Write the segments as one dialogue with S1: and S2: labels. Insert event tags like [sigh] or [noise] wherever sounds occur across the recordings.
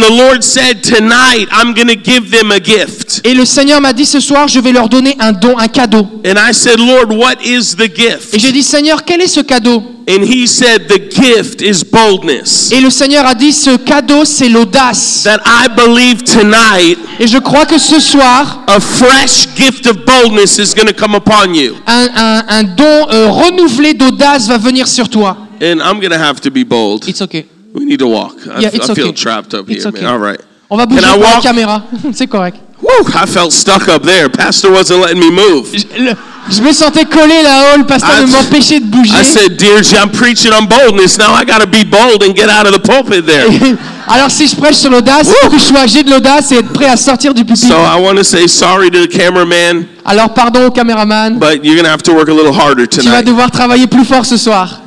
S1: the Lord said, Tonight I'm going to give them a gift.
S2: Et le Seigneur m'a dit ce soir, je vais leur donner un don, un cadeau.
S1: And I said, Lord, what is the
S2: Et
S1: gift?
S2: j'ai dit, Seigneur, quel est ce cadeau
S1: And He said, The gift is boldness.
S2: Et le Seigneur a dit, ce cadeau, c'est l'audace.
S1: That I believe tonight
S2: Et je crois que ce soir,
S1: a fresh gift of boldness is going to come upon you.
S2: un, un- un don euh, renouvelé d'audace va venir sur toi.
S1: And I'm going to have to be bold.
S2: It's okay.
S1: We need to walk. I,
S2: Yeah,
S1: f-
S2: it's
S1: I feel
S2: okay.
S1: trapped up
S2: It's
S1: here,
S2: okay.
S1: man. All right.
S2: On va bouger
S1: Can I
S2: pour la
S1: walk? [laughs]
S2: caméra. c'est correct.
S1: Whew, I felt stuck up there. Pastor wasn't letting me move.
S2: Je, le- je me sentais collé là-haut, le pasteur
S1: Ah,
S2: ne
S1: tu-
S2: m'empêchait de bouger.
S1: I said, Dear, J- I'm preaching on boldness. Now I got to be bold and get out of the pulpit
S2: [laughs]
S1: there.
S2: [laughs] Alors si je prêche sur l'audace, il faut que je sois âgé de l'audace et être prêt à sortir du pupitre.
S1: So I want to say sorry to the cameraman,
S2: Alors pardon au caméraman,
S1: but you're going to have to work a little harder
S2: tu vas
S1: tonight.
S2: devoir travailler plus fort ce soir.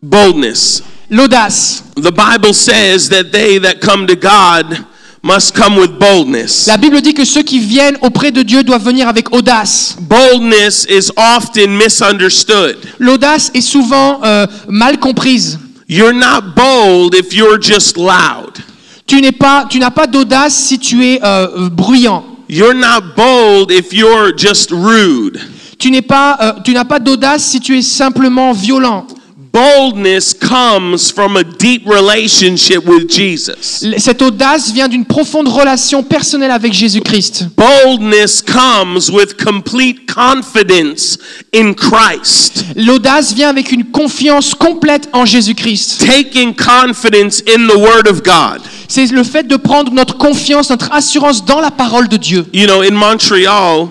S1: Boldness.
S2: L'audace.
S1: The Bible says that they that come to God must come with boldness.
S2: La Bible dit que ceux qui viennent auprès de Dieu doivent venir avec audace.
S1: Boldness is often misunderstood.
S2: L'audace est souvent euh, mal comprise.
S1: You're not bold if you're just loud.
S2: Tu n'es pas, tu n'as pas d'audace si tu es euh, euh, bruyant.
S1: You're not bold if you're just rude.
S2: Tu n'es pas, euh, tu n'as pas d'audace si tu es simplement violent.
S1: Boldness comes from a deep relationship with Jesus.
S2: L- Cette audace vient d'une profonde relation personnelle avec Jésus-Christ.
S1: Boldness comes with complete confidence in Christ.
S2: L'audace vient avec une confiance complète en Jésus-Christ.
S1: Taking confidence in the Word of God.
S2: C'est le fait de prendre notre confiance, notre assurance dans la parole de Dieu.
S1: You know, in Montreal,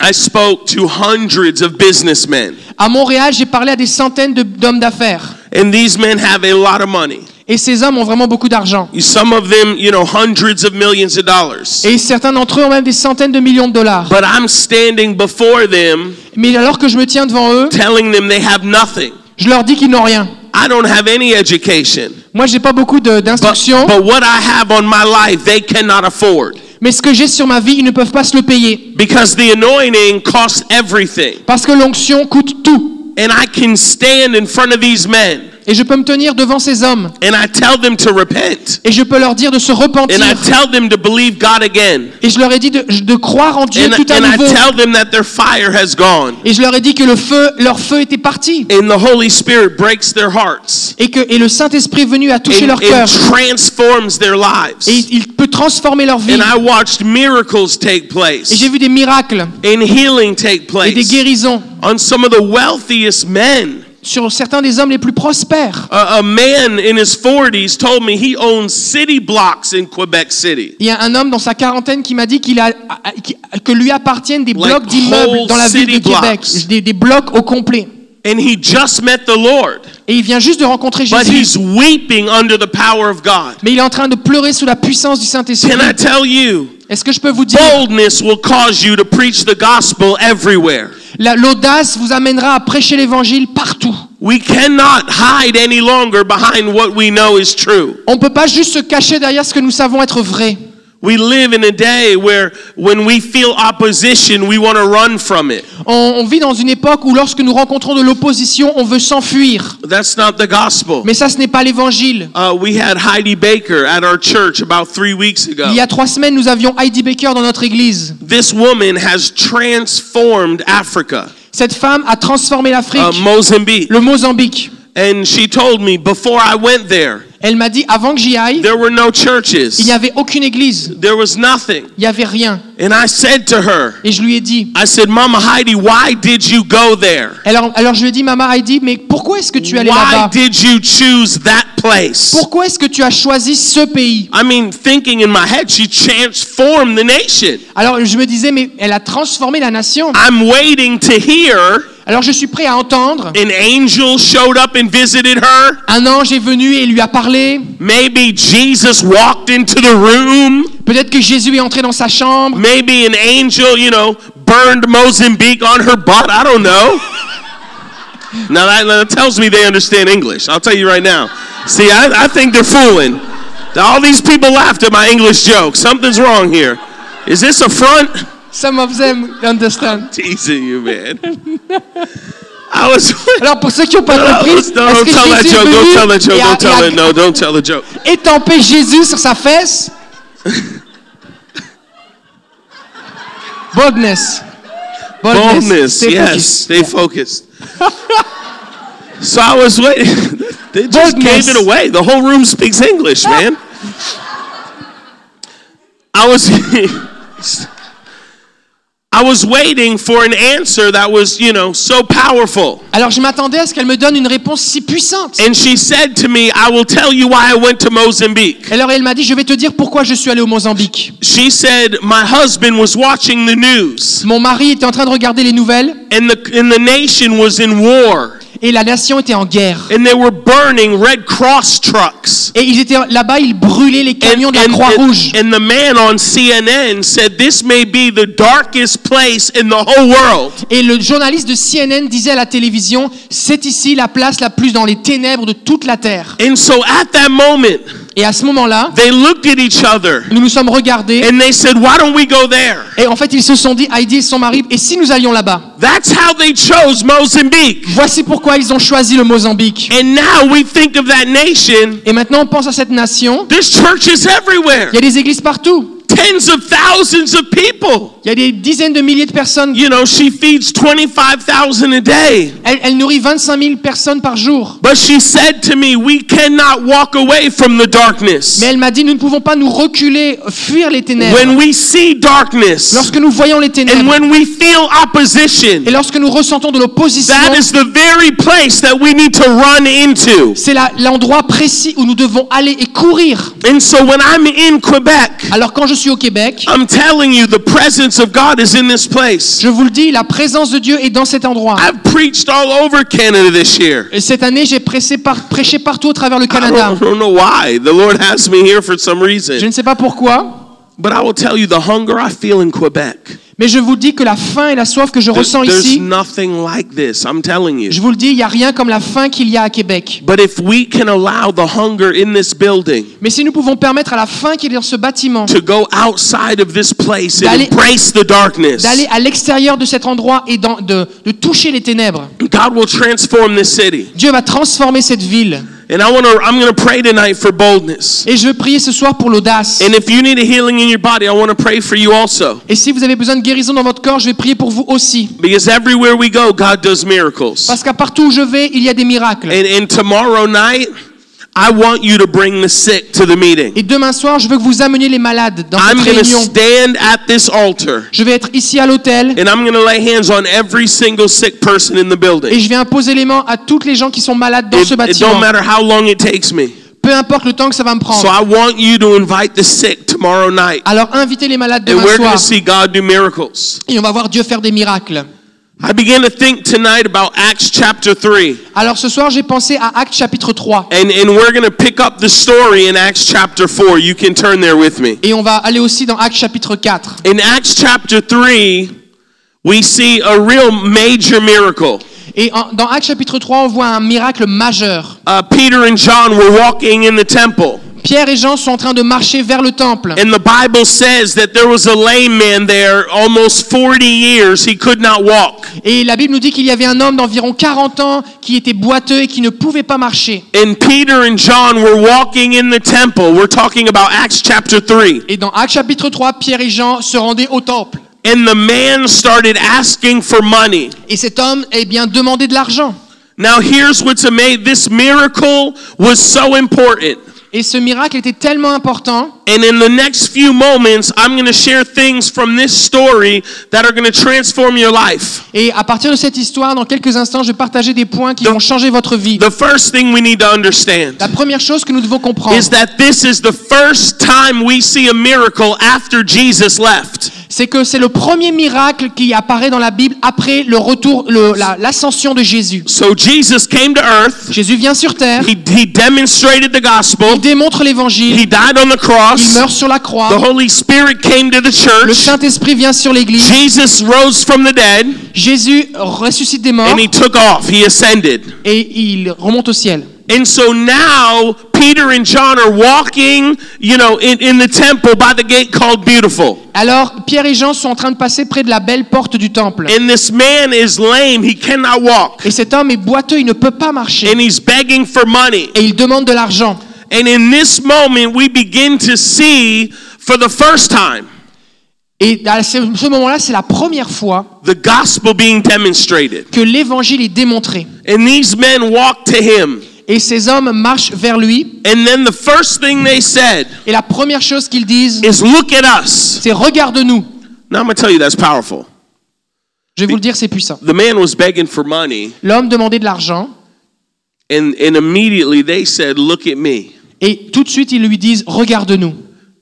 S1: I spoke to hundreds of businessmen,
S2: À Montréal, j'ai parlé à des centaines de- d'hommes d'affaires.
S1: and these men have a lot of money.
S2: Et ces hommes ont vraiment beaucoup d'argent.
S1: Some of them, you know, hundreds of millions of dollars.
S2: Et certains d'entre eux ont même des centaines de millions de dollars.
S1: But I'm standing before them
S2: Mais alors que je me tiens devant eux,
S1: telling them they have nothing.
S2: je leur dis qu'ils n'ont rien.
S1: I don't have any education.
S2: Moi, j'ai pas beaucoup de-
S1: But,
S2: d'instructions,
S1: but what I have on my life, they cannot afford.
S2: mais ce que j'ai sur ma vie, ils ne peuvent pas se le payer.
S1: Because the anointing costs everything.
S2: Parce que l'onction coûte tout.
S1: And I can stand in front of these men
S2: Et je peux me tenir devant ces hommes.
S1: and I tell them to repent.
S2: Et je peux leur dire de se repentir.
S1: And I tell them to believe God again.
S2: Et je leur ai dit de, de croire en Dieu
S1: And,
S2: tout à
S1: and I
S2: nouveau.
S1: tell them that their fire has gone.
S2: Et je leur ai dit que le feu, leur feu était parti.
S1: And the Holy Spirit breaks their hearts
S2: Et que et le Saint-Esprit est venu à toucher
S1: and,
S2: leur cœur.
S1: and transforms their
S2: Et
S1: lives.
S2: il, il peut transformer leur vie.
S1: And I watched miracles take
S2: Et j'ai
S1: place
S2: vu des miracles
S1: and healing take
S2: et des
S1: place
S2: guérisons
S1: on some of the wealthiest men.
S2: sur certains des hommes les plus prospères.
S1: A, a man in his 40s told me he owns city blocks in Quebec City.
S2: Il y a un homme dans sa quarantaine qui m'a dit qu'il a, a- qui- que lui appartiennent des blocs
S1: Like
S2: d'immeubles
S1: whole
S2: dans la ville de
S1: city
S2: Québec,
S1: blocks.
S2: des, des blocs au complet.
S1: And he just met the Lord,
S2: Et il vient juste de rencontrer
S1: but
S2: Jésus,
S1: he's weeping under the power of God.
S2: mais il est en train de pleurer sous la puissance du Saint-Esprit.
S1: Can I tell you?
S2: Est-ce que je peux vous dire,
S1: Boldness will cause you to preach the gospel everywhere.
S2: la- l'audace vous amènera à prêcher l'évangile partout.
S1: We cannot hide any longer behind what we know is true.
S2: On ne peut pas juste se cacher derrière ce que nous savons être vrai.
S1: We live in a day where when we feel opposition, we want to run from it.
S2: On, on vit dans une époque où lorsque nous rencontrons de l'opposition, on veut s'enfuir.
S1: That's not the gospel.
S2: Mais ça, ce n'est pas l'évangile.
S1: Uh, we had Heidi Baker at our church about three weeks ago.
S2: Il y a trois semaines, nous avions Heidi Baker dans notre église.
S1: This woman has transformed Africa,
S2: Cette femme a transformé l'Afrique,
S1: uh, Mozambique.
S2: le Mozambique.
S1: And she told me before I went there,
S2: Elle m'a dit, avant que j'y aille,
S1: there were no
S2: il
S1: churches,
S2: n'y avait aucune église.
S1: there was nothing.
S2: Il n'y avait rien.
S1: And I said to her,
S2: Et je lui ai dit,
S1: I said, Mama Heidi, why did you go there?
S2: alors, alors je lui ai dit, maman Heidi, mais pourquoi est-ce que tu es allée
S1: Why
S2: là-bas
S1: did you choose that place?
S2: Pourquoi est-ce que tu as choisi ce pays
S1: I mean, thinking in my head, she transformed the nation.
S2: Alors je me disais, mais elle a transformé la nation.
S1: I'm waiting to hear
S2: Alors je suis prêt à entendre.
S1: an angel showed up and visited her.
S2: Un ange est venu et lui a parlé.
S1: Maybe Jesus walked into the room.
S2: Peut-être que Jésus est entré dans sa chambre.
S1: Maybe an angel, you know, burned Mozambique on her butt. I don't know. now that, that tells me they understand English. I'll tell you right now. See, I, I think they're fooling. All these people laughed at my English joke. Something's wrong here. Is this a front? [laughs]
S2: Some of them understand.
S1: Teasing you, man. I was. [laughs]
S2: Alors pour ceux qui n'ont pas
S1: I
S2: compris,
S1: was-
S2: est-ce
S1: Euh, don't
S2: que
S1: tell that
S2: Jésus est
S1: joke. Don't tell that joke.
S2: venu
S1: Don't tell
S2: et a- et a
S1: it. No, don't tell the joke.
S2: étampé Jésus sur sa fesse Boldness.
S1: Boldness.
S2: c'est
S1: Yes,
S2: focus.
S1: stay focused. [laughs] so I was waiting. [laughs] they just
S2: Boldness. Ah.
S1: gave it away. The whole room speaks English, man. I was. [laughs] I was waiting for an answer that was, you know, so powerful.
S2: Alors je m'attendais à ce qu'elle me donne une réponse si puissante.
S1: And she said to me, I will tell you why I went to Mozambique.
S2: Alors elle m'a dit, je vais te dire pourquoi je suis allé au Mozambique.
S1: She said, My husband was watching the news,
S2: Mon mari était en train de regarder les nouvelles
S1: and the, and the nation was in war,
S2: et la nation était en guerre.
S1: and they were burning Red Cross trucks.
S2: Et ils étaient là-bas, ils brûlaient les
S1: And,
S2: camions de la
S1: and-
S2: Croix-Rouge.
S1: and the man on CNN said, This may be the darkest place in the whole world.
S2: Et le journaliste de CNN disait à la télévision, c'est ici la place la plus dans les ténèbres de toute la terre.
S1: And so at that moment,
S2: Et à ce moment-là,
S1: they looked at each other
S2: nous nous sommes regardés
S1: and they said, Why don't we go there?
S2: et en fait ils se sont dit, Heidi et son mari, et si nous allions là-bas
S1: That's how they chose Mozambique.
S2: Voici pourquoi ils ont choisi le Mozambique.
S1: And now we think of that nation.
S2: Et maintenant on pense à cette nation.
S1: There's churches everywhere.
S2: Il y a des églises partout.
S1: tens of thousands of people.
S2: Il y a des dizaines de milliers de personnes.
S1: You know, she feeds 25,000 a day.
S2: Elle, elle nourrit 25 000 personnes par jour.
S1: But she said to me, We cannot walk away from the darkness.
S2: Mais elle m'a dit, nous ne pouvons pas nous reculer, fuir les ténèbres.
S1: When we see darkness
S2: Lorsque nous voyons les
S1: and
S2: ténèbres
S1: when we feel opposition,
S2: et lorsque nous ressentons de l'opposition,
S1: that is the very place that we need to run into.
S2: c'est la- l'endroit précis où nous devons aller et courir.
S1: And so when I'm in Quebec,
S2: Alors quand je suis au Québec,
S1: I'm telling you, the presence of God is in this place.
S2: je vous le dis, la présence de Dieu est dans cet endroit.
S1: I've preached all over Canada this year.
S2: Et Cette année, j'ai pressé par- prêché partout au travers le
S1: I
S2: Canada.
S1: don't, I don't know why. The Lord has me here for some reason.
S2: Je ne sais pas pourquoi,
S1: But I will tell you the hunger I feel in Quebec.
S2: mais je vous dis que la faim et la soif que je
S1: There-
S2: ressens
S1: there's
S2: ici,
S1: nothing like this, I'm telling you.
S2: je vous le dis, il n'y a rien comme la faim qu'il y a à Québec.
S1: But if we can allow the hunger in this building
S2: Mais si nous pouvons permettre à la faim qu'il y a dans ce bâtiment
S1: to go outside of this place and
S2: D'aller-
S1: embrace the darkness,
S2: d'aller à l'extérieur de cet endroit et d'en- de, de toucher les ténèbres,
S1: God will transform this city.
S2: Dieu va transformer cette ville.
S1: And I want to I'm going to pray tonight for boldness.
S2: Et je veux prier ce soir pour l'audace.
S1: And if you need a healing in your body, I want to pray for you also.
S2: Et si vous avez besoin de guérison dans votre corps, je vais prier pour vous aussi.
S1: Because everywhere we go, God does miracles.
S2: Parce qu'à partout où je vais, il y a des miracles.
S1: And and tomorrow night, I want you to bring the sick to the meeting.
S2: Et demain soir, je veux que vous ameniez les malades dans
S1: I'm
S2: cette
S1: going to
S2: réunion.
S1: stand at this altar
S2: Je vais être ici à l'hôtel
S1: and I'm going to lay hands on every single sick person in the
S2: et
S1: building.
S2: je vais imposer les mains à toutes les gens qui sont malades dans
S1: It,
S2: ce
S1: it don't
S2: bâtiment.
S1: matter how long it takes me.
S2: Peu importe le temps que ça va me
S1: So
S2: prendre.
S1: I want you to invite the sick tomorrow night
S2: Alors invitez les malades
S1: and
S2: demain
S1: we're going
S2: soir
S1: to see God do miracles.
S2: et on va voir Dieu faire des miracles.
S1: I began to think tonight about Acts chapter 3
S2: Alors ce soir, j'ai pensé à Actes chapitre 3
S1: and, and we're going to pick up the story in Acts chapter 4. You can turn there with me.
S2: et on va aller aussi dans Actes chapitre 4.
S1: In Acts chapter 3, we see a real major miracle.
S2: Et en- dans Actes chapitre 3, on voit un miracle majeur.
S1: Uh, Peter and John were walking in the temple.
S2: Pierre et Jean sont en train de marcher vers le temple.
S1: And the Bible says that there was a lame man there almost 40 years. He could not walk.
S2: Et la Bible nous dit qu'il y avait un homme d'environ 40 ans qui était boiteux et qui ne pouvait pas marcher.
S1: And Peter and John were walking in the temple. We're talking about Acts chapter 3.
S2: Et dans Actes chapitre 3, Pierre et Jean se rendaient au temple.
S1: And the man started asking for money.
S2: Et cet homme, eh bien, demandait de l'argent.
S1: Now, here's what's amazing this miracle was so important.
S2: Et ce miracle était tellement important.
S1: And in the next few moments, I'm going to share things from this story that are going to transform your life.
S2: Et à partir de cette histoire, dans quelques instants, je vais partager des points qui
S1: The-
S2: vont changer votre vie.
S1: The first thing we need to understand.
S2: La première chose que nous devons comprendre,
S1: is that this is the first time we see a miracle after Jesus left.
S2: c'est que c'est le premier miracle qui apparaît dans la Bible après le retour, le- la- l'ascension de Jésus.
S1: So Jesus came to earth,
S2: Jésus vient sur terre,
S1: he, he demonstrated the gospel,
S2: il démontre l'évangile,
S1: he died on the
S2: il
S1: cross,
S2: meurt sur la
S1: the
S2: croix,
S1: Holy Spirit came to the
S2: le
S1: church,
S2: Saint-Esprit vient sur l'église,
S1: Jesus rose from the dead,
S2: Jésus ressuscite des morts
S1: and he took off, he ascended.
S2: et il remonte au ciel.
S1: And so now Peter and John are walking, you know, in, in the temple by the gate called Beautiful.
S2: Alors, Pierre et Jean sont en train de passer près de la belle porte du temple.
S1: And this man is lame, he cannot walk.
S2: Et cet homme est boiteux, il ne peut pas marcher.
S1: And he's begging for money.
S2: Et il demande de l'argent.
S1: And in this moment, we begin to see for the first time
S2: Et à ce ce moment-là, c'est la première fois
S1: the gospel being demonstrated.
S2: que l'évangile est démontré.
S1: And these men walked to him.
S2: Et ces hommes marchent vers lui.
S1: And then the first thing they said
S2: Et la première chose qu'ils disent,
S1: is, Look at us.
S2: c'est Regarde-nous.
S1: Now I'm going to tell you that's powerful.
S2: Je vais vous le dire, c'est puissant.
S1: The man was begging for money,
S2: L'homme demandait de l'argent.
S1: and, and immediately they said, Look at me.
S2: Et tout de suite, ils lui disent Regarde-nous.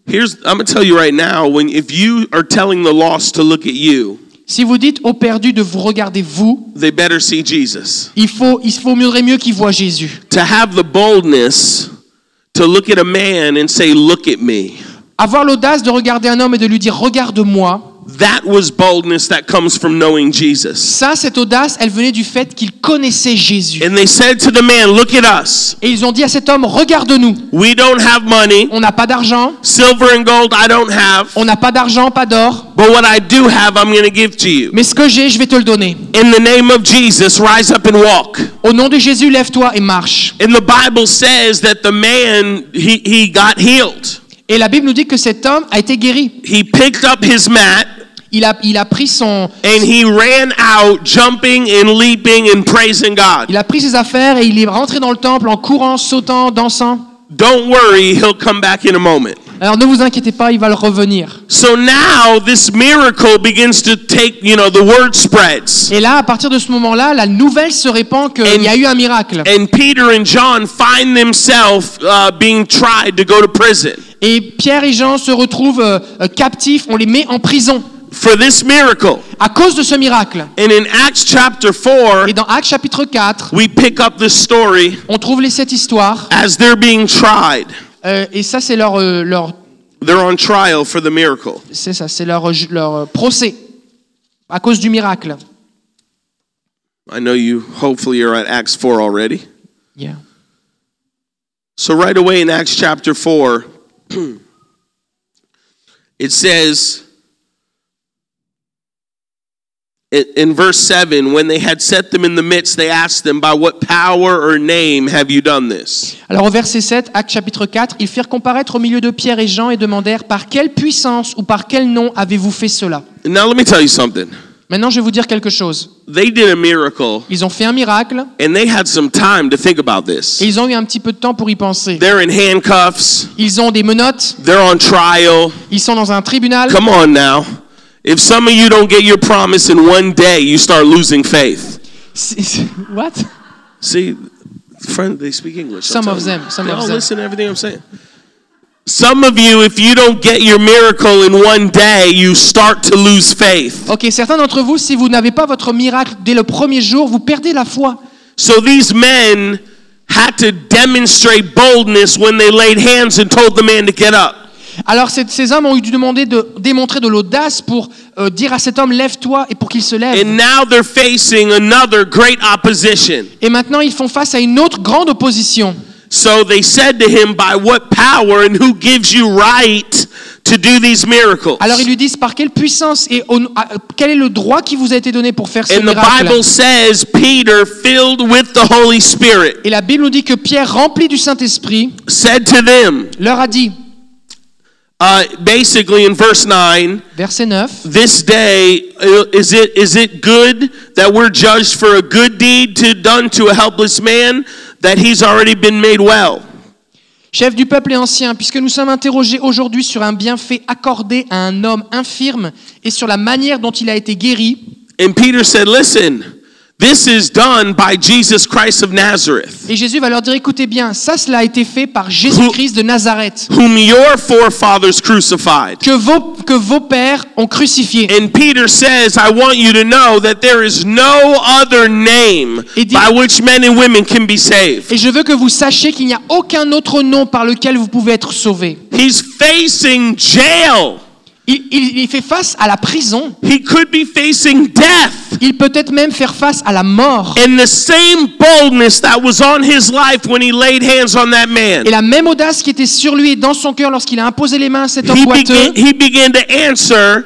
S1: Here's I'm gonna tell you right now, when if you are telling the lost to look at you,
S2: Si vous dites aux perdus de vous regarder vous,
S1: they better see Jesus.
S2: il faut, il faut mieux, mieux qu'ils voient Jésus.
S1: To have the boldness to look at a man and say, Look at me.
S2: Avoir l'audace de regarder un homme et de lui dire Regarde-moi,
S1: That was boldness that comes from knowing Jesus.
S2: ça, cette audace, elle venait du fait qu'ils connaissaient Jésus.
S1: And they said to the man, Look at us.
S2: Et ils ont dit à cet homme Regarde-nous.
S1: We don't have money.
S2: On n'a pas d'argent,
S1: Silver and gold I don't have.
S2: on n'a pas d'argent, pas d'or,
S1: But what I do have, I'm going to give to you.
S2: mais ce que j'ai, je vais te le donner.
S1: In the name of Jesus, rise up and walk.
S2: Au nom de Jésus, lève-toi et marche.
S1: And the Bible says that the man, he, he got healed.
S2: Et la Bible nous dit que cet homme a été guéri.
S1: He picked up his mat
S2: Il a, il a pris son,
S1: and he ran out, jumping and leaping and praising God.
S2: il a pris ses affaires et il est rentré dans le temple en courant, sautant, dansant.
S1: Don't worry, he'll come back in a moment.
S2: Alors ne vous inquiétez pas, il va le revenir.
S1: So now this miracle begins to take, you know, the word spreads.
S2: Et là, à partir de ce moment-là, la nouvelle se répand qu'il y a eu un miracle.
S1: And Peter and John find themselves uh, being tried to go to prison.
S2: Et Pierre et Jean se retrouvent euh, euh, captifs, on les met en prison
S1: for this miracle.
S2: à cause de ce miracle.
S1: And in Acts chapter 4,
S2: Et dans Actes chapitre 4,
S1: we pick up this story
S2: on trouve les cette histoire.
S1: as they're being tried.
S2: Euh, et ça, c'est leur, euh, leur,
S1: They're on trial for the miracle.
S2: c'est ça, c'est leur, euh, ju- leur euh, procès à cause du miracle.
S1: I know you, hopefully, you're at Acts 4 already.
S2: Yeah.
S1: So, right away in Acts chapter 4, [clears throat] it says i- in verse 7 when they had set them in the midst, they asked them, By what power or name have you done this?
S2: Alors au verset 7, Actes chapitre 4, ils firent comparaître au milieu de Pierre et Jean et demandèrent par quelle puissance ou par quel nom avez-vous fait cela
S1: Now, let me tell you something.
S2: Maintenant, je vais vous dire quelque chose.
S1: They did a miracle
S2: Ils ont fait un miracle
S1: And they had some time to think about
S2: et
S1: this.
S2: ils ont eu un petit peu de temps pour y penser.
S1: They're in handcuffs.
S2: Ils ont des menottes,
S1: They're on trial.
S2: ils sont dans un tribunal.
S1: Come on now. If some of you don't get your promise in one day, you start losing faith.
S2: C'est- c'est- What
S1: See, friend, they speak English. I'm
S2: Some
S1: telling
S2: of
S1: you.
S2: them, some
S1: they
S2: of
S1: all
S2: them.
S1: listen to everything I'm saying. Some of you, if you don't get your miracle in one day, you start to lose faith.
S2: Ok, certains d'entre vous, si vous n'avez pas votre miracle dès le premier jour, vous perdez la foi.
S1: So these men had to demonstrate boldness when they laid hands and told the man to get up.
S2: Alors ces, ces hommes ont eu dû demander de démontrer de l'audace pour euh, dire à cet homme lève-toi et pour qu'il se lève.
S1: And now they're facing another great opposition.
S2: Et maintenant ils font face à une autre grande opposition.
S1: So they said to him, By what power and who gives you right to do these miracles?
S2: Alors ils lui disent par quelle puissance et au- à- quel est le droit qui vous a été donné pour faire ce
S1: And the
S2: miracle.
S1: Bible says, Peter, filled with the Holy Spirit,
S2: Et la Bible nous dit que Pierre, rempli du Saint-Esprit,
S1: said to them,
S2: leur a dit,
S1: uh, basically in verse 9,
S2: verset 9,
S1: this day uh, is it is it good that we're judged for a good deed to done to a helpless man that he's already been made well?
S2: Chef du peuple et ancien, puisque nous sommes interrogés aujourd'hui sur un bienfait accordé à un homme infirme et sur la manière dont il a été guéri,
S1: And Peter said, Listen, this is done by Jesus Christ of Nazareth,
S2: et Jésus va leur dire, écoutez bien, ça cela a été fait par Jésus-Christ de Nazareth,
S1: whom your forefathers crucified.
S2: que vos, que vos pères ont crucifié.
S1: And Peter says, I want you to know that there is no other name
S2: Et dit-
S1: by which men and women can be saved.
S2: Et je veux que vous sachiez qu'il n'y a aucun autre nom par lequel vous pouvez être sauvés.
S1: He's facing jail,
S2: Il- il- il fait face à la prison.
S1: he could be facing death. death
S2: Il peut être même faire face à la mort.
S1: in the same boldness that was on his life when he laid hands on that man.
S2: Et la même audace qui était sur lui et dans son cœur lorsqu'il a imposé les mains à cet homme
S1: He
S2: boiteux.
S1: began, he began to answer,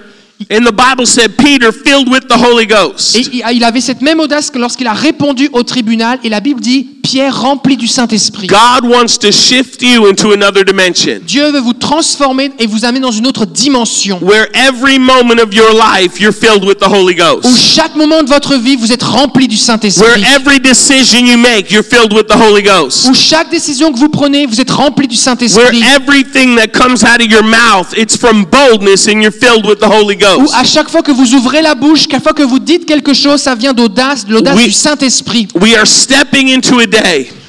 S1: and the Bible said Peter filled with the Holy
S2: Et
S1: Ghost.
S2: il il avait cette même audace que lorsqu'il a répondu au tribunal. Et la Bible dit Pierre rempli du Saint-Esprit.
S1: God wants to shift you into another dimension
S2: Dieu veut vous transformer et vous amener dans une autre dimension.
S1: where every moment of your life you're filled with the Holy
S2: Où
S1: Ghost.
S2: chaque moment de votre vie, vous êtes rempli du
S1: Where
S2: Saint-Esprit.
S1: every decision you make you're filled with the Holy
S2: Où
S1: Ghost.
S2: chaque décision que vous prenez, vous êtes rempli du
S1: Where
S2: Saint-Esprit.
S1: everything that comes out of your mouth it's from boldness and you're filled with the Holy
S2: Où
S1: Ghost.
S2: à chaque fois que vous ouvrez la bouche, chaque fois que vous dites quelque chose, ça vient d'audace, de l'audace
S1: Oui.
S2: du Saint-Esprit.
S1: We are stepping into a day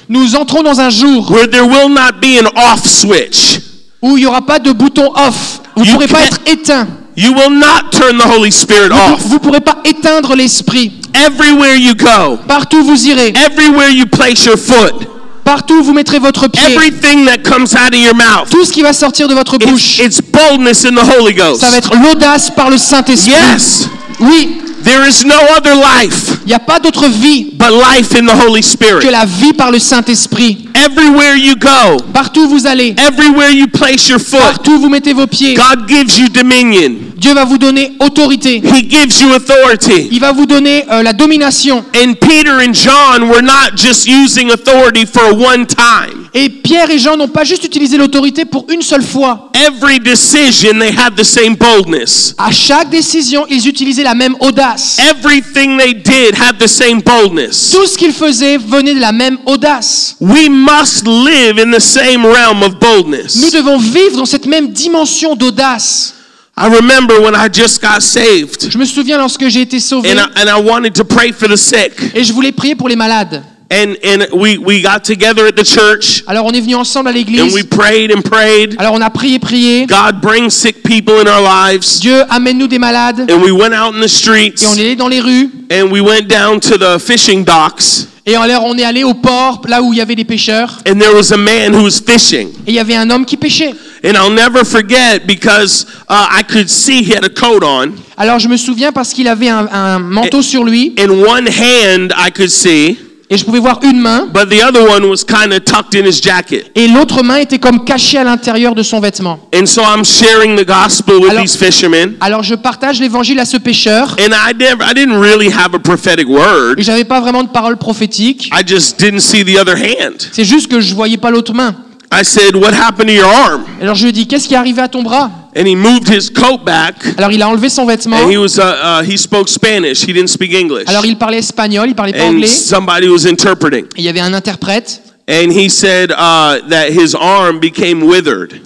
S2: Nous entrons dans un jour
S1: where there will not be an off switch.
S2: où il n'y aura pas de bouton off. Vous ne
S1: You
S2: pourrez pas
S1: can't-
S2: être éteint.
S1: You will not turn the Holy Spirit off.
S2: Vous ne pourrez pas éteindre l'esprit.
S1: Everywhere you go,
S2: Partout où vous irez,
S1: everywhere you place your foot,
S2: partout où vous mettrez votre pied,
S1: everything that comes out of your mouth,
S2: tout ce qui va sortir de votre
S1: it's,
S2: bouche,
S1: it's boldness in the Holy Ghost.
S2: ça va être l'audace par le Saint-Esprit.
S1: Yes,
S2: Oui,
S1: there is no other life
S2: il n'y a pas d'autre vie
S1: but life in the Holy
S2: que
S1: Spirit.
S2: la vie par le Saint-Esprit.
S1: Everywhere you go,
S2: Partout où vous allez,
S1: everywhere you place your foot,
S2: partout où vous mettez vos pieds,
S1: God gives you dominion.
S2: Dieu va vous donner autorité.
S1: He gives you authority.
S2: Il va vous donner euh, la domination.
S1: And Peter and John were not just using authority for one time.
S2: Et Pierre et Jean n'ont pas juste utilisé l'autorité pour une seule fois.
S1: Every decision, they had the same boldness.
S2: À chaque décision, ils utilisaient la même audace.
S1: Everything they did had the same boldness.
S2: Tout ce qu'ils faisaient venait de la même audace.
S1: We must live in the same realm of
S2: Nous
S1: boldness.
S2: devons vivre dans cette même dimension d'audace.
S1: I remember when I just got saved
S2: Je me souviens lorsque j'ai été sauvé
S1: and I, and I wanted to pray for the sick.
S2: et je voulais prier pour les malades.
S1: And, and we, we got together at the church
S2: Alors on est venu ensemble à
S1: and we
S2: l'église.
S1: prayed and prayed.
S2: Alors on a prié, prié.
S1: God brings sick people in our lives.
S2: Dieu amène-nous des malades.
S1: And we went out in the streets
S2: Et on est allé dans les rues.
S1: and we went down to the fishing docks.
S2: Et alors on est allé au port, là où il y avait des pêcheurs.
S1: And there was a man who was fishing.
S2: Et il y avait un homme qui pêchait.
S1: And I'll never forget because uh, I could see he had a coat on.
S2: Alors je me souviens parce qu'il avait un, un manteau sur lui.
S1: In one hand, I could see,
S2: Et je pouvais voir une main.
S1: but the other one was kind of tucked in his jacket.
S2: Et l'autre main était comme cachée à l'intérieur de son vêtement.
S1: And so I'm sharing the gospel with
S2: Alors-
S1: these fishermen.
S2: Alors je partage l'évangile à ce pêcheur.
S1: And I never, I didn't really have a prophetic
S2: Et
S1: word.
S2: j'avais pas vraiment de parole prophétique.
S1: I just didn't see the other hand.
S2: C'est juste que je voyais pas l'autre main.
S1: I said, "What happened to your arm?"
S2: Alors je lui ai dit qu'est-ce qui est arrivé à ton bras
S1: And he moved his coat back.
S2: Alors il a enlevé son vêtement.
S1: And he was, uh, uh, he spoke Spanish. He didn't speak English.
S2: Alors il parlait espagnol, il parlait pas
S1: And
S2: anglais.
S1: somebody was interpreting.
S2: Il y avait un interprète.
S1: And he said uh, that his arm became withered.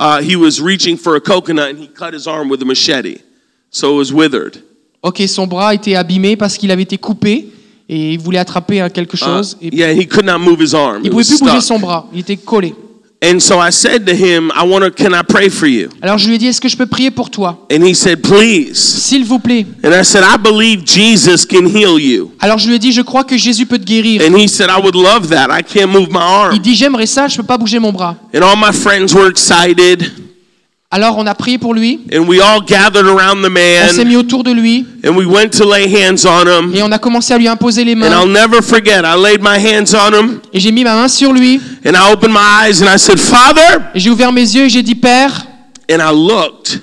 S1: Uh, he was reaching for a coconut and he cut his arm with a machete. So it was withered. Uh,
S2: Ok, son bras était abîmé parce qu'il avait été coupé et il voulait attraper euh, quelque
S1: Uh,
S2: chose. Et
S1: yeah, he could not move his arm.
S2: il
S1: It
S2: pouvait
S1: was
S2: plus bouger
S1: stuck.
S2: son bras, il était collé.
S1: And so I said to him, I want to, can I pray for you?
S2: Alors je lui ai dit est-ce que je peux prier pour toi
S1: And he said, please.
S2: S'il vous plaît.
S1: And I said, I believe Jesus can heal you.
S2: Alors je lui ai dit je crois que Jésus peut te guérir.
S1: And he said, I would love that. I can't move my
S2: Il
S1: arm.
S2: dit j'aimerais ça, je peux pas bouger mon bras.
S1: And all my friends were excited.
S2: Alors on a prié pour lui.
S1: And we all gathered around the
S2: On s'est
S1: man
S2: mis autour de lui
S1: and we went to lay hands on him.
S2: et on a commencé à lui imposer les
S1: And I'll
S2: mains.
S1: never forget, I laid my hands on him
S2: Et j'ai mis ma main sur lui
S1: and I opened my eyes and I said, Father.
S2: et j'ai ouvert mes yeux et j'ai dit Père.
S1: And I looked,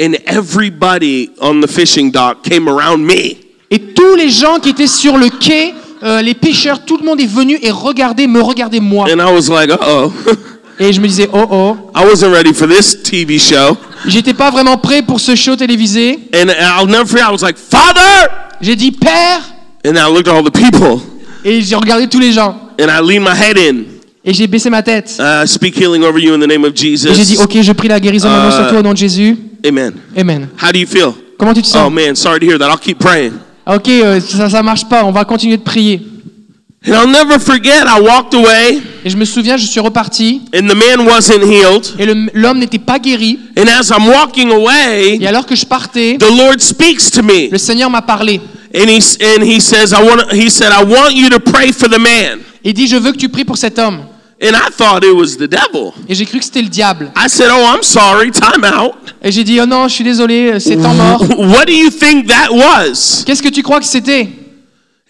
S1: and everybody on the fishing dock came around me.
S2: Et tous les gens qui étaient sur le quai, euh, les pêcheurs, tout le monde est venu et regardait, me regardait moi.
S1: And I was like, uh oh.
S2: Et je me disais, oh oh,
S1: [laughs] I wasn't ready for this TV show.
S2: j'étais pas vraiment prêt pour ce show télévisé.
S1: And I'll never forget, I was like, Father.
S2: J'ai dit, Père,
S1: And I looked at all the people,
S2: et j'ai regardé tous les gens.
S1: and I leaned my head in.
S2: Et j'ai baissé ma tête.
S1: Uh, I speak healing over you in the name of
S2: Et
S1: Jesus.
S2: j'ai dit, ok, je prie la guérison maintenant
S1: Euh,
S2: sur toi au nom de Jésus.
S1: Amen.
S2: Amen.
S1: How do you feel?
S2: Comment tu te
S1: Oh
S2: sens
S1: man, sorry to hear that. I'll keep praying.
S2: Ah, Ok, euh, ça, ça marche pas, on va continuer de prier.
S1: And I'll never forget, I walked away,
S2: Et je me souviens, je suis reparti,
S1: and the man wasn't healed.
S2: et le- l'homme n'était pas guéri.
S1: And as I'm walking away,
S2: Et alors que je partais,
S1: the Lord speaks to me,
S2: le Seigneur m'a parlé.
S1: and he and he says, "I want." He said, "I want you to pray for the man."
S2: Il dit, je veux que tu pries pour cet homme.
S1: And I thought it was the devil.
S2: Et j'ai cru que c'était le diable.
S1: I said, "Oh, I'm sorry. Time out." [laughs]
S2: Et j'ai dit, oh non, je suis désolé, c'est temps mort.
S1: What do you think that was?
S2: Qu'est-ce que tu crois que c'était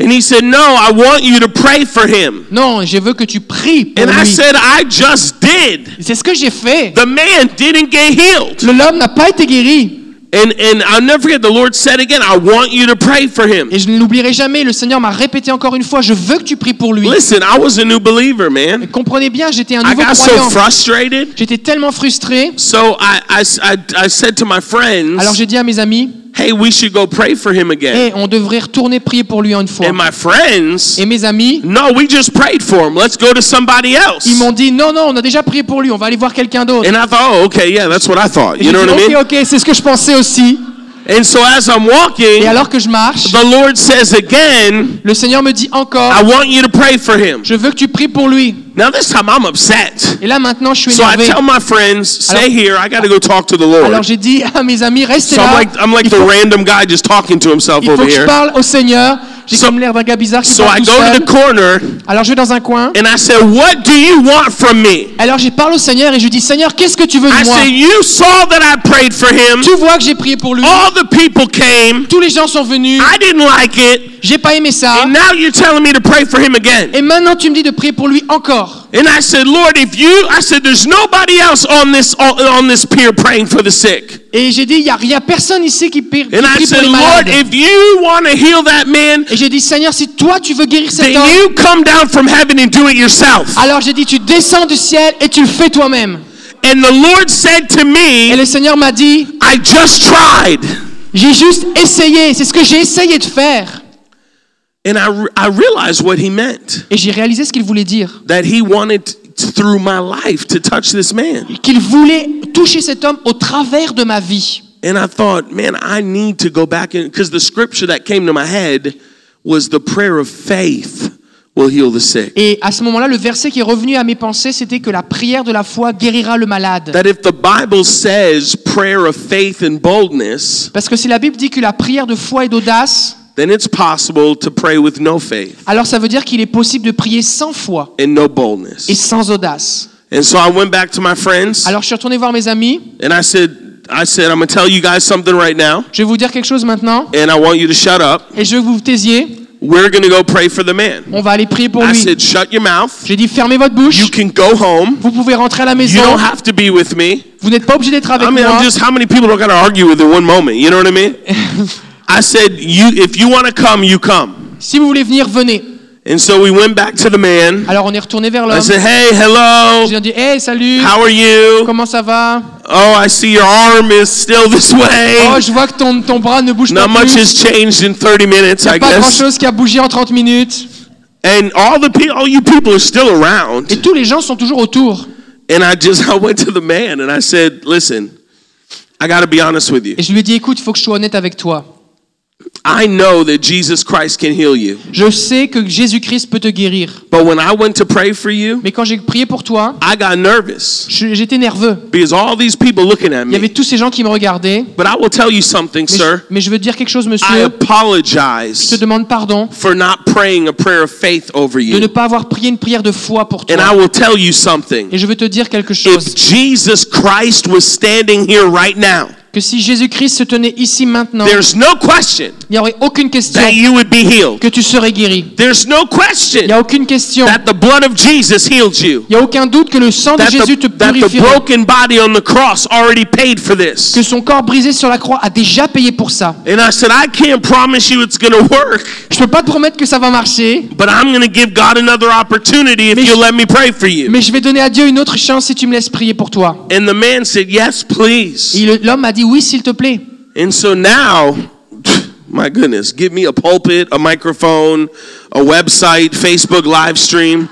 S1: And he said, No, I want you to pray for him.
S2: Non, je veux que tu pries pour
S1: And I
S2: lui.
S1: said, I just did.
S2: C'est ce que j'ai fait.
S1: The man didn't get healed.
S2: Le L'homme n'a pas été guéri.
S1: And, and I'll never forget, the Lord said again, I want you to pray for him.
S2: Et je ne l'oublierai jamais. Le Seigneur m'a répété encore une fois, je veux que tu pries pour lui.
S1: Listen, I was a new believer,
S2: Et
S1: man.
S2: comprenez bien, j'étais un
S1: I
S2: nouveau
S1: got so
S2: croyant.
S1: frustrated.
S2: J'étais tellement frustré.
S1: So I, I, I, I said to my friends,
S2: Alors j'ai dit à mes amis,
S1: hey, we should go pray for him
S2: Eh,
S1: again.
S2: on devrait retourner prier pour lui une fois.
S1: And my friends,
S2: Et mes amis,
S1: no, we just prayed for him. Let's go to somebody else.
S2: ils m'ont dit, non, non, on a déjà prié pour lui, on va aller voir quelqu'un d'autre.
S1: And I thought, oh, okay, yeah, that's what I thought.
S2: Et j'ai
S1: You know what I
S2: dit,
S1: mean?
S2: ok, ok, c'est ce que je pensais aussi.
S1: And so as I'm walking,
S2: Et alors que je marche,
S1: the Lord says again,
S2: le Seigneur me dit encore,
S1: I want you to pray for him.
S2: je veux que tu pries pour lui.
S1: Now this time I'm upset.
S2: Et là maintenant, je suis
S1: So I
S2: énervé.
S1: tell my friends, stay
S2: Alors-
S1: here. I got to go talk to the
S2: Alors
S1: Lord.
S2: j'ai dit à mes amis, restez
S1: So I'm
S2: là.
S1: like I'm like
S2: il
S1: the
S2: faut,
S1: random guy just talking to himself
S2: il faut
S1: over
S2: que je
S1: here.
S2: parle au Seigneur. J'ai
S1: So-
S2: comme l'air d'un gars bizarre qui
S1: So
S2: parle
S1: I
S2: tout
S1: go to
S2: seul.
S1: the corner
S2: Alors je vais dans un coin.
S1: and I said, "What do you want from me?"
S2: Alors je parle au Seigneur et je dis, Seigneur, qu'est-ce que tu veux
S1: I
S2: de moi
S1: said, "You saw that I prayed for him.
S2: Tu vois que j'ai prié pour lui.
S1: All the people came.
S2: Tous les gens sont venus.
S1: Oh! I didn't like it.
S2: J'ai pas aimé ça.
S1: And now you're telling me to pray for him again."
S2: Et maintenant, tu me dis de prier pour lui encore.
S1: And I said, "Lord, if you," I said, "There's nobody else on this on, on this pier praying for the sick."
S2: Et j'ai dit, il n'y a rien, personne ici qui prie, qui
S1: And I
S2: prie pour
S1: said,
S2: les
S1: Lord,
S2: malades.
S1: if you want to heal that man,
S2: Et j'ai dit, Seigneur, si toi tu veux guérir cet
S1: then
S2: homme,
S1: you come down from heaven and do it yourself.
S2: alors j'ai dit, tu descends du ciel et tu le fais toi-même.
S1: And the Lord said to
S2: Et
S1: me,
S2: le Seigneur m'a dit,
S1: I just tried.
S2: j'ai juste essayé, c'est ce que j'ai essayé de faire.
S1: And I, re- I realized what he meant
S2: Et j'ai réalisé ce qu'il voulait dire.
S1: that he wanted t- through my life to touch this man.
S2: Qu'il voulait toucher cet homme au travers de ma vie.
S1: And I thought, man, I need to go back in because the scripture that came to my head was the prayer of faith will heal the sick.
S2: Et à ce moment-là, le verset qui est revenu à mes pensées, c'était que la prière de la foi guérira le malade.
S1: That if the Bible says prayer of faith and boldness,
S2: Parce que si la Bible dit que la prière de foi et d'audace,
S1: then it's possible to pray with no faith.
S2: alors ça veut dire qu'il est possible de prier sans foi
S1: and no
S2: et
S1: boldness.
S2: sans audace.
S1: And so I went back to my friends
S2: Alors je suis retourné voir mes amis.
S1: and I said, I said, I'm gonna tell you guys something right now,
S2: Je vais vous dire quelque chose maintenant.
S1: and I want you to shut up.
S2: Et je veux que vous vous taisiez.
S1: We're gonna go pray for the man.
S2: On va aller prier pour
S1: I
S2: lui.
S1: said, shut your mouth.
S2: J'ai dit fermez votre bouche.
S1: Ah, You can go home.
S2: Vous pouvez rentrer à la
S1: You
S2: maison.
S1: don't have Ah, to be with me.
S2: Vous n'êtes pas obligé d'être avec
S1: I mean,
S2: moi.
S1: I'm just how many people do I gotta argue with in one moment? You know what I mean? I said, you if you wanna come, you come.
S2: Si vous voulez venir, venez.
S1: And so we went back to the man.
S2: Alors on est retourné vers
S1: I
S2: l'homme.
S1: said, Hey, hello,
S2: J'ai dit hey salut.
S1: how are you?
S2: Comment ça va
S1: Oh, I see your arm is still this
S2: Oh
S1: way.
S2: je vois que ton, ton bras ne bouge pas
S1: Not much
S2: plus.
S1: has changed in 30 minutes, I
S2: Pas grand
S1: guess.
S2: chose qui a bougé en 30 minutes.
S1: And all the people, all you people are still
S2: Et
S1: around.
S2: tous les gens sont toujours autour.
S1: And I just, [laughs] I went to the man and I said, listen, I got to be honest with you.
S2: Et je lui ai dit écoute, faut que je sois honnête avec toi.
S1: I know that Jesus Christ can heal you.
S2: Je sais que Jésus-Christ peut te guérir.
S1: But when I went to pray for you,
S2: Mais quand j'ai prié pour toi,
S1: I got nervous
S2: je- j'étais nerveux.
S1: because all these people looking at
S2: Il y avait
S1: me.
S2: tous ces gens qui me regardaient.
S1: But I will tell you something,
S2: Mais,
S1: sir.
S2: mais je veux te dire quelque chose,
S1: I
S2: monsieur. Je te
S1: apologize
S2: demande pardon
S1: for not praying a prayer of faith over
S2: de ne
S1: you.
S2: pas avoir prié une prière de foi pour
S1: And I
S2: toi.
S1: will tell you something.
S2: Et je veux te dire quelque
S1: If
S2: chose.
S1: Jesus Christ was standing here right now,
S2: Que si Jésus-Christ se tenait ici maintenant, il
S1: there's no question
S2: n'y aurait aucune question
S1: that you would be healed.
S2: que tu serais guéri.
S1: There's no question
S2: Il n'y a aucune question.
S1: that the blood of Jesus healed you.
S2: Il n'y a aucun doute que le sang de
S1: That
S2: Jésus te
S1: the, that the
S2: purifierait.
S1: broken body on the cross already paid for this.
S2: Que son corps brisé sur la croix a déjà payé pour ça.
S1: And I said, I can't promise you it's going to work,
S2: Je peux pas te promettre que ça va marcher,
S1: but I'm going to give God another opportunity if
S2: Mais
S1: you
S2: je-
S1: let me pray for you.
S2: mais je vais donner à Dieu une autre chance si tu me laisses prier pour toi.
S1: And the man said, Yes, please.
S2: Et le- l'homme a dit oui, s'il te plaît.
S1: And so now, [laughs] my goodness, give me a pulpit, a microphone, a website, Facebook live stream.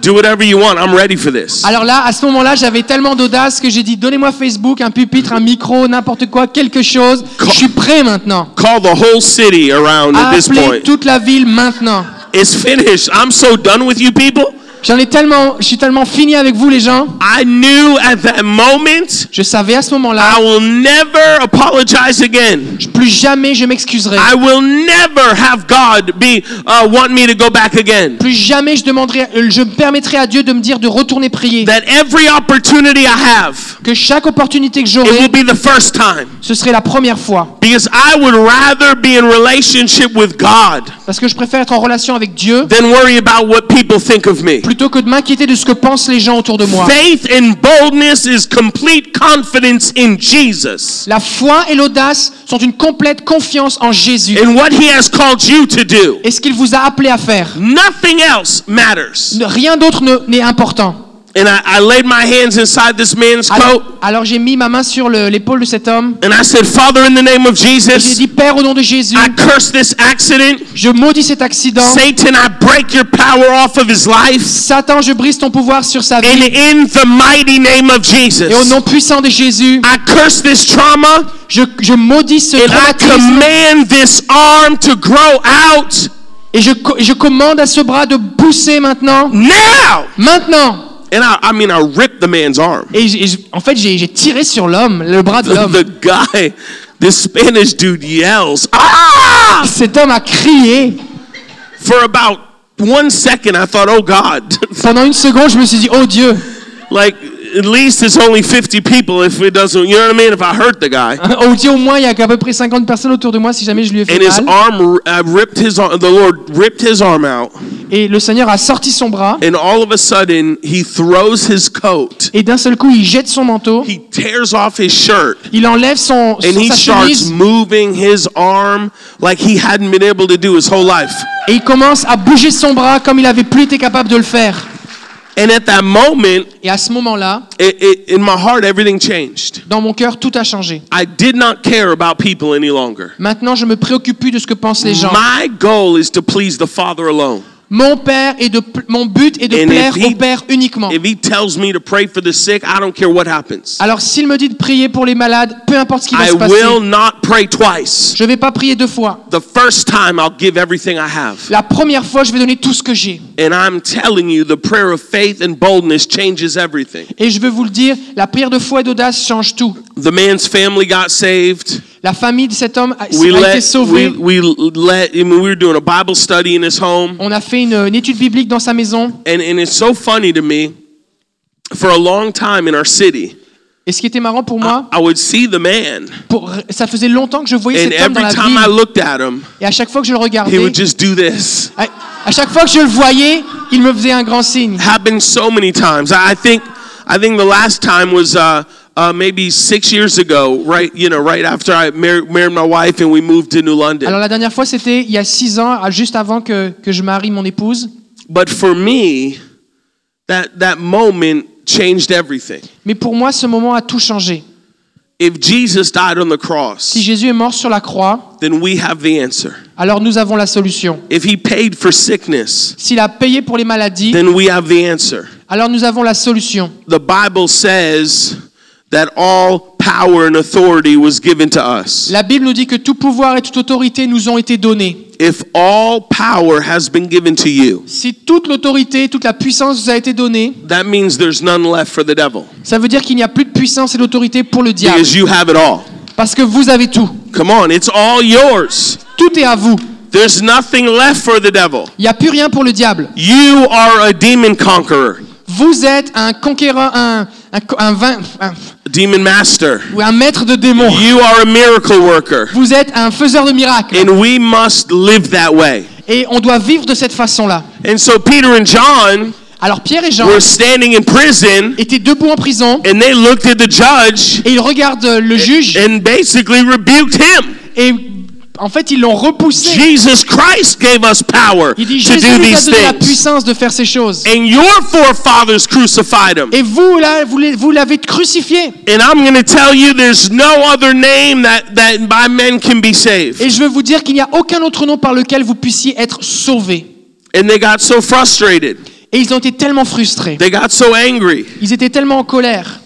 S1: Do whatever you want. I'm ready for this.
S2: Alors là, à ce moment-là, j'avais tellement d'audace que j'ai dit donnez-moi Facebook, un pupitre, un micro, n'importe quoi, quelque chose. Je suis prêt maintenant.
S1: Call the whole city around at this
S2: Appelez
S1: point.
S2: toute la ville maintenant.
S1: It's finished. I'm so done with you people.
S2: J'en ai tellement, je suis tellement fini avec vous les gens.
S1: I knew at that moment
S2: Je savais à ce moment-là,
S1: I will never apologize again.
S2: je- plus jamais je m'excuserai.
S1: I will never have God be uh, want me to go back again.
S2: Plus jamais je demanderai, euh, je me permettrai à Dieu de me dire de retourner prier.
S1: That every opportunity I have,
S2: Que chaque opportunité que
S1: it
S2: j'aurai,
S1: will be the first time.
S2: ce serait la première fois.
S1: Because I would rather be in relationship with God
S2: Parce que je préfère être en relation avec Dieu
S1: than worry about what people think of me.
S2: plutôt que de m'inquiéter de ce que pensent les gens autour de moi.
S1: Faith and boldness is complete confidence in Jesus
S2: La foi et l'audace sont une complète confiance en Jésus
S1: and what He has called you to do.
S2: et ce qu'il vous a appelé à faire.
S1: Nothing else matters.
S2: Ne- Rien d'autre ne- n'est important.
S1: And I, I laid my hands inside this man's
S2: Alors,
S1: coat
S2: alors j'ai mis ma main sur le- l'épaule de cet homme.
S1: and I said, Father, in the name of
S2: et J'ai
S1: Jesus,
S2: dit Père au nom de Jésus,
S1: I curse this accident.
S2: je maudis cet accident.
S1: Satan, I break your power off of his life.
S2: Satan, je brise ton pouvoir sur sa vie.
S1: And in the mighty name of
S2: Et au
S1: Jesus,
S2: nom puissant de Jésus,
S1: I curse this trauma
S2: je, je maudis ce
S1: and I
S2: traumatisme
S1: command this arm to grow out
S2: et je, co- je commande à ce bras de pousser maintenant.
S1: now.
S2: Maintenant
S1: And I, I mean, I ripped the man's arm.
S2: Et, j- et j- en fait, j'ai j'ai tiré sur l'homme, le bras de
S1: The,
S2: l'homme.
S1: the guy, this Spanish dude yells, ah!
S2: Cet homme a crié.
S1: For about one second, I thought, oh God. [laughs]
S2: Pendant une seconde, je me suis dit, oh Dieu, [laughs]
S1: like, at least it's only 50 people if it doesn't, you know what I mean? If I hurt the guy.
S2: oh Dieu, au moins, il y a à peu près 50 personnes autour de moi si jamais je lui ai fait
S1: And his
S2: mal.
S1: arm, I ripped his arm, the Lord ripped his arm out.
S2: Et le Seigneur a sorti son bras
S1: And all of a sudden, he throws his coat.
S2: et d'un seul coup, il jette son manteau,
S1: He tears off his shirt.
S2: il enlève son,
S1: And
S2: son-
S1: he
S2: sa
S1: starts
S2: chemise
S1: moving his arm like he hadn't been able to do his whole life.
S2: et il commence à bouger son bras comme il avait plus été capable de le faire.
S1: And at that moment,
S2: Et à ce moment-là,
S1: it, it, in my heart, everything changed.
S2: dans mon cœur, tout a changé.
S1: I did not care about people any longer.
S2: Maintenant, je me préoccupe plus de ce que pensent les gens.
S1: My goal is to please the Father alone.
S2: Mon père est de pl- mon but est de
S1: And if
S2: plaire
S1: he-
S2: au père uniquement.
S1: If he tells me to pray for the sick, I don't care what happens.
S2: Alors s'il me dit de prier pour les malades, peu importe ce Ah, qui va
S1: I
S2: se passer,
S1: will not pray twice.
S2: je vais pas prier deux fois.
S1: The first time, I'll give everything I have.
S2: La première fois, je vais donner tout ce que j'ai.
S1: And I'm telling you, the prayer of faith and boldness changes everything.
S2: Et je veux vous le dire, la prière de foi et d'audace change tout.
S1: The man's family got saved.
S2: La famille de cet homme a,
S1: We
S2: a été
S1: let
S2: sauvée.
S1: we, we let I mean, we were doing a Bible study in his home,
S2: On a fait une, une étude biblique dans sa maison.
S1: and and it's so funny to me. For a long time in our city,
S2: Et ce qui était marrant pour moi,
S1: I would see the man,
S2: pour, ça faisait longtemps que je voyais
S1: and
S2: cet homme dans
S1: every
S2: la
S1: time I
S2: ville.
S1: looked at him,
S2: Et à chaque fois que je le
S1: he
S2: regardais,
S1: would just do this.
S2: à, à chaque fois que je le voyais, il me faisait un grand signe.
S1: Happened so many times. I I think I think the last time was. Uh, uh, maybe six years ago, right? You know, right after I married, married my wife and we moved to New London.
S2: Alors la dernière fois, c'était il y a six ans, ah, juste avant que, que je marie mon épouse.
S1: But for me, that that moment changed everything.
S2: Mais pour moi, ce moment a tout changé.
S1: If Jesus died on the
S2: Si
S1: cross,
S2: Jésus est mort sur la croix,
S1: then we have the answer.
S2: alors nous avons la solution.
S1: If he paid for sickness,
S2: S'il a payé pour les maladies,
S1: then we have the answer.
S2: alors nous avons la solution.
S1: The Bible says that all power and authority was given to us.
S2: La Bible nous dit que tout pouvoir et toute autorité nous ont été donnés.
S1: If all power has been given to you,
S2: Si toute l'autorité, toute la puissance vous a été donnée,
S1: that means there's none left for the devil
S2: ça veut dire qu'il n'y a plus de puissance et d'autorité pour le diable.
S1: because you have it all.
S2: Parce que vous avez tout.
S1: Come on, it's all yours.
S2: Tout est à vous.
S1: There's nothing left for the devil.
S2: Il n'y a plus rien pour le diable.
S1: You are a demon conqueror,
S2: Vous êtes un conquérant, un, un, co- un, vain- un-
S1: a demon master.
S2: ou un maître de démons.
S1: You are a miracle worker.
S2: Vous êtes un faiseur de miracles.
S1: And we must live that way.
S2: Et on doit vivre de cette façon-là.
S1: And so Peter and John
S2: Alors Pierre et Jean
S1: were standing in prison
S2: étaient debout en prison
S1: and they looked at the judge
S2: et ils regardent le juge
S1: and basically rebuked him.
S2: et en fait ils l'ont repoussé.
S1: Jesus Christ gave us power to
S2: Il dit
S1: do
S2: Jésus nous a
S1: these
S2: donné la
S1: things.
S2: puissance de faire ces choses.
S1: And your forefathers crucified him.
S2: Et vous là, vous l'avez- vous l'avez crucifié.
S1: And I'm going to tell you there's no other name that, that by men can be saved.
S2: Et je veux vous dire qu'il n'y a aucun autre nom par lequel vous puissiez être sauvés.
S1: And they got so frustrated.
S2: Et ils ont été tellement frustrés.
S1: They got so angry.
S2: Ils étaient tellement en colère.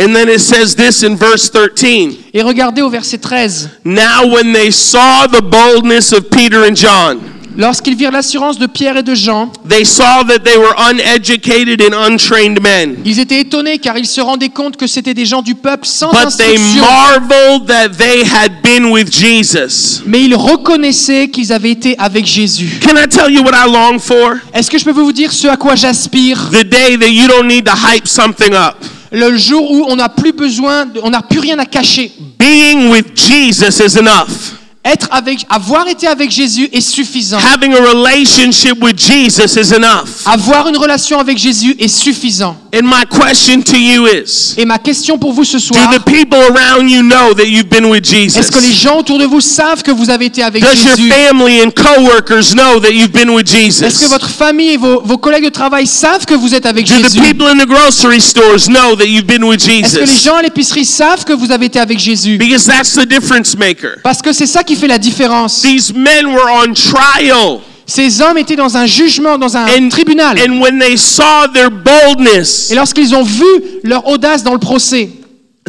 S1: And then it says this in verse 13.
S2: Et regardez au verset 13.
S1: Now, when they saw the boldness of Peter and John,
S2: Lorsqu'ils virent l'assurance de Pierre et de Jean,
S1: They saw that they were uneducated and untrained men,
S2: ils étaient étonnés car ils se rendaient compte que c'était des gens du peuple sans
S1: but they
S2: instruction.
S1: marveled that they had been with Jesus.
S2: Mais ils reconnaissaient qu'ils avaient été avec Jésus.
S1: Can I tell you what I long for?
S2: Est-ce que je peux vous dire ce à quoi j'aspire
S1: The day that you don't need to hype something up.
S2: Le jour où on n'a plus besoin, de- on n'a plus rien à cacher.
S1: Being with Jesus is enough.
S2: Être avec, avoir été avec Jésus est suffisant.
S1: Having a relationship with Jesus is enough.
S2: Avoir une relation avec Jésus est suffisant.
S1: And my question to you is
S2: Et ma question pour vous ce
S1: Do
S2: soir,
S1: the people around you know that you've been with
S2: est-ce
S1: Jesus?
S2: que les gens autour de vous savent que vous avez été avec
S1: Does your
S2: Jésus
S1: family and coworkers know that you've been with
S2: Est-ce que
S1: Jesus?
S2: votre famille et vos, vos collègues de travail savent que vous êtes avec
S1: Do the
S2: Jésus
S1: people in the grocery stores know that you've been with
S2: Est-ce que les
S1: Jesus?
S2: gens à l'épicerie savent que vous avez été avec Jésus
S1: Because that's the difference maker.
S2: Parce que c'est ça qui fait la différence.
S1: These men were on trial.
S2: Ces hommes étaient dans un jugement, dans un
S1: And,
S2: tribunal.
S1: and when they saw their boldness,
S2: Et lorsqu'ils ont vu leur audace dans le procès,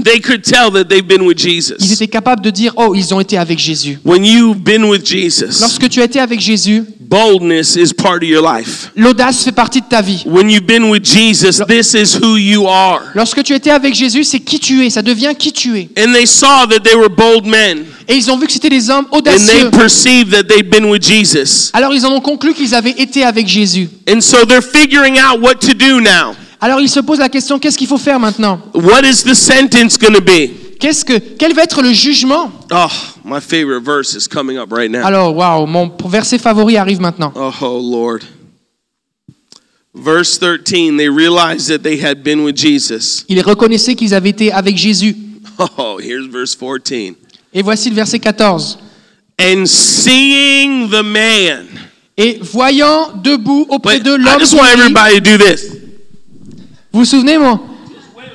S1: they could tell that they've been with
S2: ils
S1: Jesus.
S2: étaient capables de dire, oh, ils ont été avec Jésus.
S1: When you've been with Jesus,
S2: Lorsque tu as été avec Jésus,
S1: boldness is part of your life.
S2: l'audace fait partie de ta vie.
S1: When you've been with Jesus, this is who you are.
S2: Lorsque tu étais avec Jésus, c'est qui tu es, ça devient qui tu es.
S1: And they saw that they were bold men,
S2: Et ils ont vu que c'était des hommes
S1: and they
S2: audacieux.
S1: perceived that they'd been with Jesus.
S2: Alors ils en ont conclu qu'ils avaient été avec Jésus.
S1: And so they're figuring out what to do now.
S2: Alors ils se posent la question, qu'est-ce qu'il faut faire maintenant
S1: What is the sentence going to be?
S2: Qu'est-ce que, quel va être le jugement
S1: Oh, my favorite verse is coming up right now.
S2: Alors, waouh, mon verset favori arrive maintenant.
S1: Oh, Lord. Verse 13, they realized that they had been with Jesus. [laughs]
S2: Ils reconnaissaient qu'ils avaient été avec Jésus.
S1: Oh, here's verse 14.
S2: Et voici le verset 14.
S1: And seeing the man.
S2: Et voyant debout auprès
S1: Wait,
S2: de
S1: I
S2: l'homme,
S1: just want
S2: qui dit-
S1: everybody to do this.
S2: vous vous souvenez, moi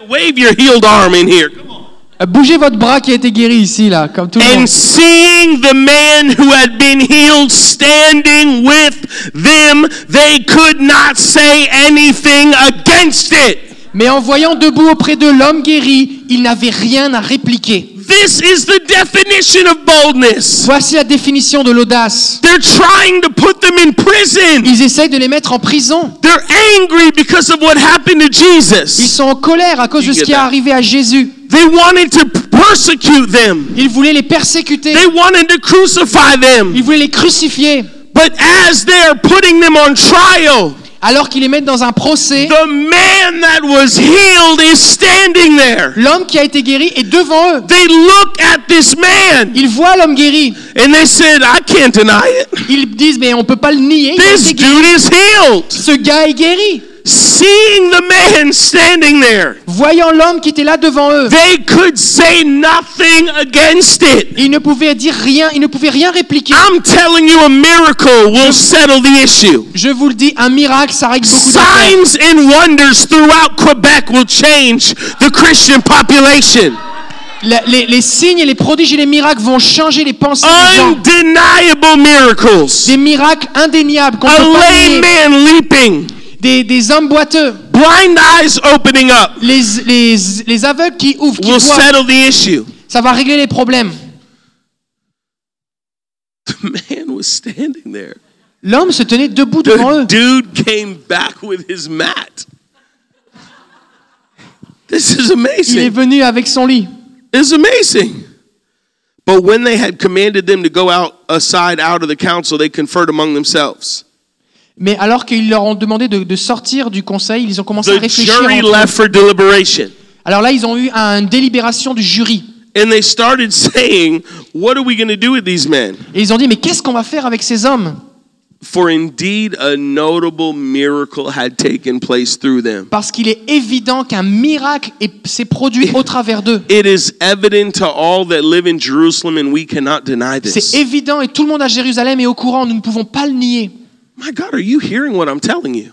S1: Wave your healed arm in here. Come on.
S2: Euh, Bougez votre bras qui a été guéri ici, là, comme tout le monde.
S1: And seeing the man who had been healed standing with them, they could not say anything against it.
S2: Mais en voyant debout auprès de l'homme guéri, il n'avait rien à répliquer.
S1: This is the definition of boldness.
S2: Voici la définition de l'audace.
S1: They're trying to put them in prison.
S2: Ils essayent de les mettre en prison.
S1: They're angry because of what happened to
S2: Ils
S1: Jesus.
S2: sont en colère à cause de ce qui est arrivé à Jésus.
S1: They wanted to persecute them.
S2: Ils voulaient les persécuter.
S1: They wanted to crucify them.
S2: Ils voulaient les crucifier.
S1: But as they're putting them on trial,
S2: Alors qu'ils les mettent dans un procès,
S1: the man that was healed is standing there.
S2: l'homme qui a été guéri est devant eux.
S1: They look at this man
S2: Ils voient l'homme guéri.
S1: and they said, I can't deny it.
S2: Ils disent, mais on peut pas le nier. il a
S1: This
S2: été guéri.
S1: dude is healed.
S2: Ce gars est guéri.
S1: Seeing the man standing there,
S2: Voyant l'homme qui était là devant eux,
S1: they could say nothing against it.
S2: ils ne pouvaient dire rien. Ils ne pouvaient rien répliquer.
S1: I'm telling you, a miracle will settle the issue.
S2: Je vous le dis, un miracle, ça règle beaucoup d'affaires.
S1: Signs and wonders throughout Quebec will change the Christian population.
S2: La- les, les signes et les prodiges et les miracles vont changer les pensées des gens.
S1: Undeniable miracles.
S2: Des miracles indéniables qu'on
S1: A
S2: peut pas
S1: lame
S2: nier.
S1: man leaping.
S2: Des, des hommes boiteux.
S1: Blind eyes opening up
S2: Les, les, les aveugles qui ouvrent, qui
S1: will
S2: voient.
S1: settle the issue.
S2: Ça va régler les problèmes.
S1: [laughs] The man was standing there.
S2: L'homme se tenait debout devant
S1: The
S2: eux.
S1: dude came back with his mat. This is
S2: Il est
S1: amazing.
S2: venu avec son lit.
S1: This is amazing. But when they had commanded them to go out aside out of the council, they conferred among themselves.
S2: Mais alors qu'ils leur ont demandé de, de sortir du conseil, ils ont commencé à
S1: The
S2: réfléchir.
S1: jury
S2: entre eux.
S1: left for deliberation.
S2: Alors là, ils ont eu un- une délibération du jury.
S1: And they started [laughs] saying, What are we going to do with these men?
S2: Et ils ont dit, mais qu'est-ce qu'on va faire avec ces hommes
S1: For indeed a notable miracle had taken place through them.
S2: Parce qu'il est évident qu'un miracle est- s'est produit au travers d'eux.
S1: It is evident to all that live in Jerusalem, and we cannot deny
S2: C'est
S1: this.
S2: évident et tout le monde à Jérusalem est au courant, nous ne pouvons pas le nier.
S1: My God, are you hearing what I'm telling you?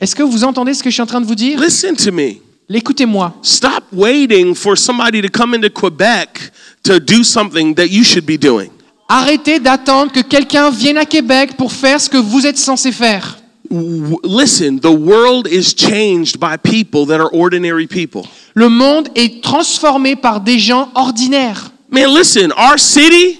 S2: Est-ce que vous entendez ce que je suis en train de vous dire
S1: Listen to me.
S2: L'écoutez-moi.
S1: Stop waiting for somebody to come into Quebec to do something that you should be doing.
S2: Arrêtez d'attendre que quelqu'un vienne à Québec pour faire ce que vous êtes censé faire.
S1: W- listen, the world is changed by people that are ordinary people.
S2: Le monde est transformé par des gens ordinaires.
S1: Man, listen, our city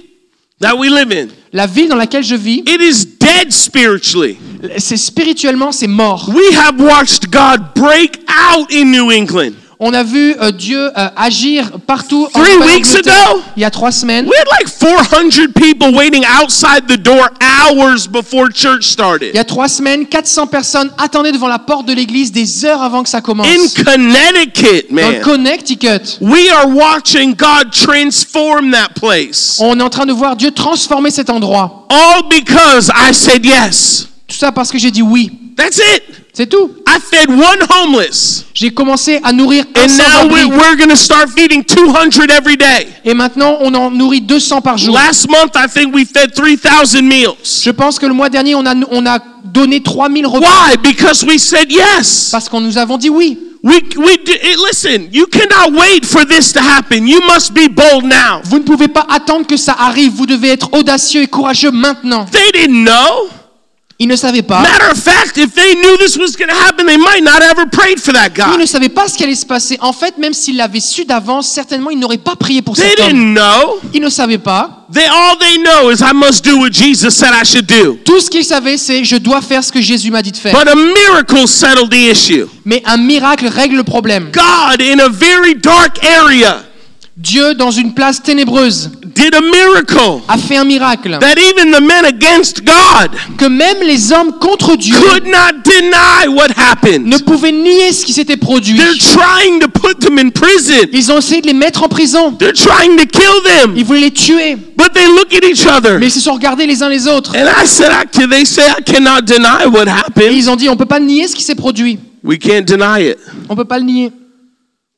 S1: that we live in,
S2: La ville dans laquelle je vis,
S1: it is dead spiritually.
S2: C'est spirituellement, c'est mort.
S1: We have watched God break out in New England.
S2: On a vu euh, Dieu euh, agir partout. en
S1: Three weeks
S2: Nouvelle-Angleterre
S1: ago.
S2: Il y a trois semaines.
S1: We had like 400 people waiting outside the door hours before church started.
S2: Il y a trois semaines, 400 personnes attendaient devant la porte de l'église des heures avant que ça commence.
S1: In Connecticut,
S2: Dans le
S1: man.
S2: Connecticut,
S1: We are watching God transform that place.
S2: on est en train de voir Dieu transformer cet endroit.
S1: All because I said yes.
S2: Tout ça parce que j'ai dit oui.
S1: That's it.
S2: C'est tout.
S1: I fed one homeless.
S2: J'ai commencé à nourrir un
S1: And now
S2: sans
S1: we- we're going to start feeding 200 every day.
S2: Et maintenant, on en nourrit 200 par jour.
S1: Last month, I think we fed 3,000 meals.
S2: Je pense que le mois dernier, on a, on a donné 3000 repas
S1: Why? Because we said yes.
S2: parce qu'on nous avons dit oui.
S1: We, we d- eh, listen, you cannot wait for this to happen. You must be bold now.
S2: Vous ne pouvez pas attendre que ça arrive. Vous devez être audacieux et courageux maintenant.
S1: They didn't know.
S2: Ils ne savaient pas.
S1: Matter of fact, if they knew this was going to happen, they might not ever prayed for that
S2: Ils
S1: guy.
S2: ne savaient pas ce qui allait se passer. En fait, même s'ils l'avaient su d'avance, certainement, ils n'auraient pas prié pour
S1: They
S2: cet homme.
S1: didn't know.
S2: Ils ne savaient pas.
S1: They all they know is I must do what Jesus said I should do.
S2: Tout ce qu'ils savaient, c'est je dois faire ce que Jésus m'a dit de faire.
S1: But a miracle settled the issue.
S2: Mais un miracle règle le problème.
S1: God in a very dark area
S2: Dieu, dans une place ténébreuse,
S1: did a miracle
S2: a fait un miracle
S1: that even the men against God
S2: que même les hommes contre Dieu
S1: could not deny what happened.
S2: ne pouvaient nier ce qui s'était produit.
S1: They're trying to put them in prison.
S2: Ils ont essayé de les mettre en prison.
S1: They're trying to kill them.
S2: Ils voulaient les tuer.
S1: But they look at each other.
S2: Mais ils se sont regardés les uns les autres.
S1: And I said, I can, they say, I cannot deny what
S2: Et
S1: happened.
S2: ils ont dit, on peut pas nier ce qui s'est produit.
S1: We can't deny it.
S2: On peut pas le nier.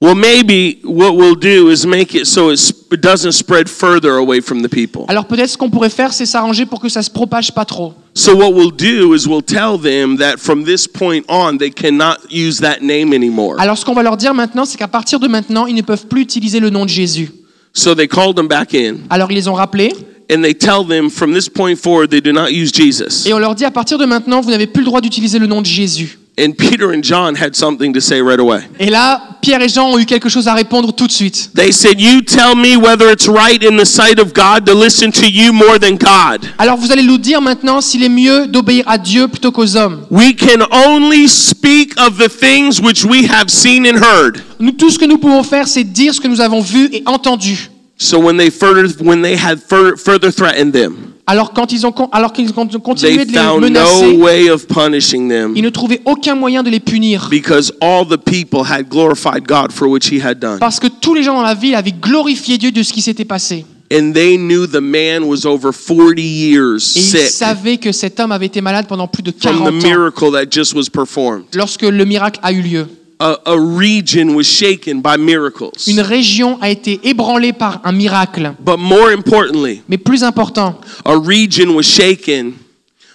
S1: Well, maybe what we'll do is make it so it sp- it doesn't spread further away from the people.
S2: Alors peut-être ce qu'on pourrait faire, c'est s'arranger pour que ça se propage pas trop.
S1: So, what we'll do is we'll tell them that from this point on, they cannot use that name anymore.
S2: Alors ce qu'on va leur dire maintenant, c'est qu'à partir de maintenant, ils ne peuvent plus utiliser le nom de Jésus.
S1: So, they called them back in
S2: Alors ils les ont rappelés
S1: and they tell them from this point forward, they do not use Jesus.
S2: et on leur dit, à partir de maintenant, vous n'avez plus le droit d'utiliser le nom de Jésus.
S1: And Peter and John had something to say right away.
S2: Et là, Pierre et Jean ont eu quelque chose à répondre tout de suite.
S1: They said, You tell me whether it's right in the sight of God to listen to you more than God.
S2: Alors vous allez nous dire maintenant s'il est mieux d'obéir à Dieu plutôt qu'aux hommes.
S1: We can only speak of the things which we have seen and heard.
S2: Nous, tout ce que nous pouvons faire, c'est dire ce que nous avons vu et entendu.
S1: So when they further, when they had fur, further threatened them,
S2: Alors quand ils ont, con- alors qu'ils ont
S1: they
S2: continué de les
S1: found no
S2: menacer,
S1: way of punishing them
S2: ils ne trouvaient aucun moyen de les punir.
S1: because all the people had glorified God for which He had done,
S2: Parce que tous les gens dans la ville avaient glorifié Dieu de ce qui s'était passé.
S1: and they knew the man was over forty years
S2: Et ils
S1: sick
S2: savaient que cet homme avait été malade pendant plus de
S1: from the
S2: 40 ans
S1: miracle that just was performed.
S2: lorsque le miracle a eu lieu.
S1: A, a region was shaken by miracles,
S2: Une région a été ébranlée par un miracle.
S1: but more importantly,
S2: Mais plus important,
S1: a region was shaken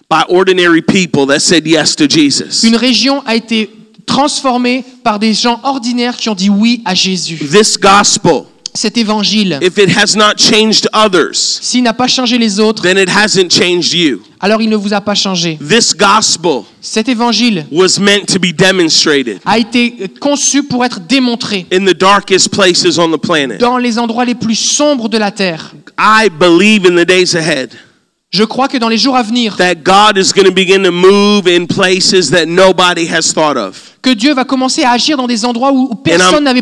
S1: by ordinary people that said yes to Jesus.
S2: une région a été transformée par des gens ordinaires qui ont dit oui à Jésus.
S1: This gospel,
S2: Cet évangile,
S1: if it has not changed others,
S2: s'il n'a pas changé les autres,
S1: then it hasn't changed you.
S2: alors il ne vous a pas changé.
S1: This gospel
S2: Cet évangile
S1: was meant to be demonstrated
S2: a été conçu pour être démontré
S1: in the darkest places on the planet.
S2: dans les endroits les plus sombres de la terre.
S1: I believe in the days ahead
S2: Je crois que dans les jours à venir,
S1: that God is going to begin to move in places that nobody has thought of.
S2: que Dieu va commencer à agir dans des endroits où, où
S1: And
S2: personne
S1: I'm,
S2: n'avait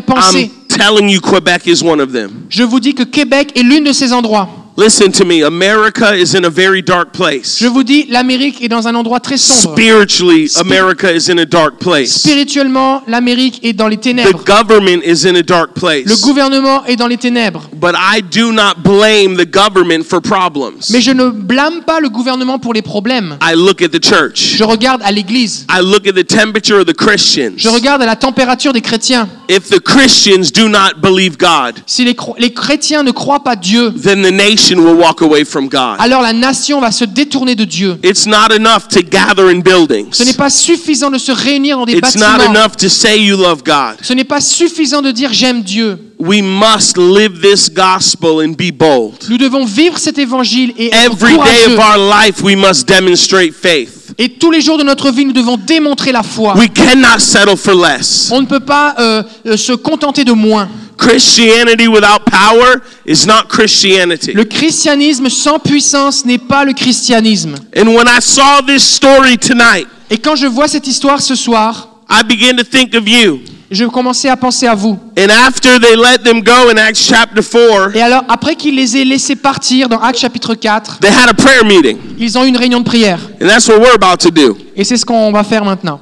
S1: I'm
S2: pensé.
S1: telling you, Quebec is one of them.
S2: Je vous dis que Québec est l'une de ces endroits.
S1: Listen to me, America is in a very dark place.
S2: Je vous dis, l'Amérique est dans un endroit très sombre.
S1: Spiritually, America is in a dark place.
S2: Spirituellement, l'Amérique est dans les
S1: The
S2: ténèbres.
S1: government is in a dark
S2: Le
S1: place.
S2: gouvernement est dans les ténèbres.
S1: But I do not blame the government for problems.
S2: Mais je ne blâme pas le gouvernement pour les problèmes.
S1: I look at the church.
S2: Je regarde à l'Église.
S1: I look at the temperature of the Christians.
S2: Je regarde à la température des chrétiens.
S1: If the Christians do not believe God,
S2: Si les, cro- les chrétiens ne croient pas Dieu,
S1: then the nation will walk away from God.
S2: alors la nation va se détourner de Dieu.
S1: It's not enough to gather in buildings.
S2: Ce n'est pas suffisant de se réunir dans des
S1: It's not
S2: bâtiments.
S1: enough to say you love God.
S2: Ce n'est pas suffisant de dire j'aime Dieu.
S1: We must live this gospel and be bold.
S2: Nous devons vivre cet évangile et être
S1: Every day
S2: courageux.
S1: of our life, we must demonstrate faith.
S2: Et tous les jours de notre vie, nous devons démontrer la foi.
S1: We cannot settle for less.
S2: On ne peut pas euh, euh, se contenter de moins.
S1: Christianity without power is not Christianity.
S2: Le christianisme sans puissance n'est pas le christianisme.
S1: And when I saw this story tonight,
S2: Et quand je vois cette histoire ce soir,
S1: I began to think of you.
S2: je commençais à penser à vous.
S1: And after they let them go in Acts chapter 4,
S2: Et alors, après qu'ils les aient laissés partir dans Actes chapitre 4,
S1: they had a prayer meeting.
S2: ils ont eu une réunion de prière.
S1: And that's what we're about to do.
S2: Et c'est ce qu'on va faire maintenant.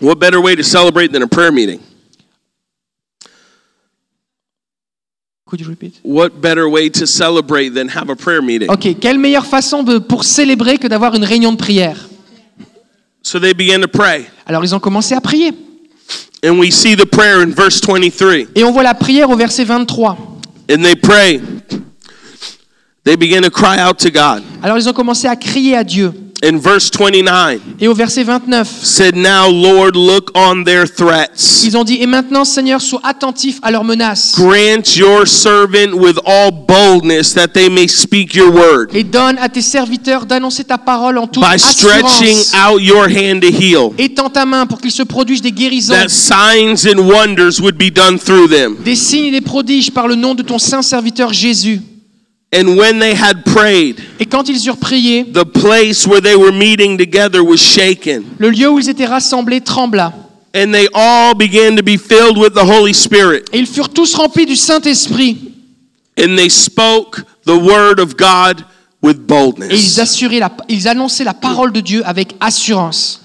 S1: What better way to celebrate than a prayer meeting?
S2: Could you repeat?
S1: What better way to celebrate than have a prayer meeting?
S2: Ok, quelle meilleure façon de- pour célébrer que d'avoir une réunion de prière
S1: So they began to pray.
S2: Alors, ils ont commencé à prier.
S1: And we see the prayer in verse 23.
S2: Et on voit la prière au verset 23.
S1: And they pray. They begin to cry out to God.
S2: Alors, ils ont commencé à crier à Dieu.
S1: In verse 29,
S2: Et au verset 29,
S1: said, Now, Lord, look on their threats.
S2: ils ont dit Et maintenant, Seigneur, sois attentif à leurs menaces.
S1: Grant your servant with all boldness that they may speak your word
S2: Et donne à tes serviteurs d'annoncer ta parole en toute
S1: by stretching
S2: assurance.
S1: out your hand to heal,
S2: Étends ta main pour qu'il se produise des guérisons,
S1: that signs and wonders would be done through them.
S2: des signes et des prodiges par le nom de ton saint serviteur Jésus.
S1: And when they had prayed,
S2: Et quand ils eurent prié,
S1: the place where they were meeting together was shaken,
S2: le lieu où ils étaient rassemblés trembla.
S1: and they all began to be filled with the Holy Spirit,
S2: Et ils furent tous remplis du Saint-Esprit.
S1: and they spoke the word of God with
S2: Et ils,
S1: boldness.
S2: assuraient la, ils annonçaient la parole de Dieu avec assurance.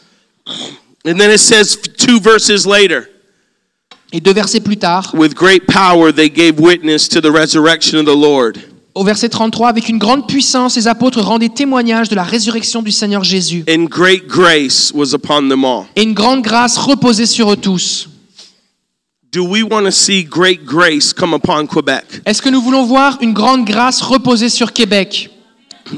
S1: And then it says two verses later,
S2: Et deux versets plus tard,
S1: with great power they gave witness to the resurrection of the Lord.
S2: au verset 33, avec une grande puissance, les apôtres rendaient témoignage de la résurrection du Seigneur Jésus.
S1: and great grace was upon them all.
S2: Et une grande grâce reposait sur eux tous.
S1: Do we want to see great grace come upon Quebec?
S2: Est-ce que nous voulons voir une grande grâce reposer sur Québec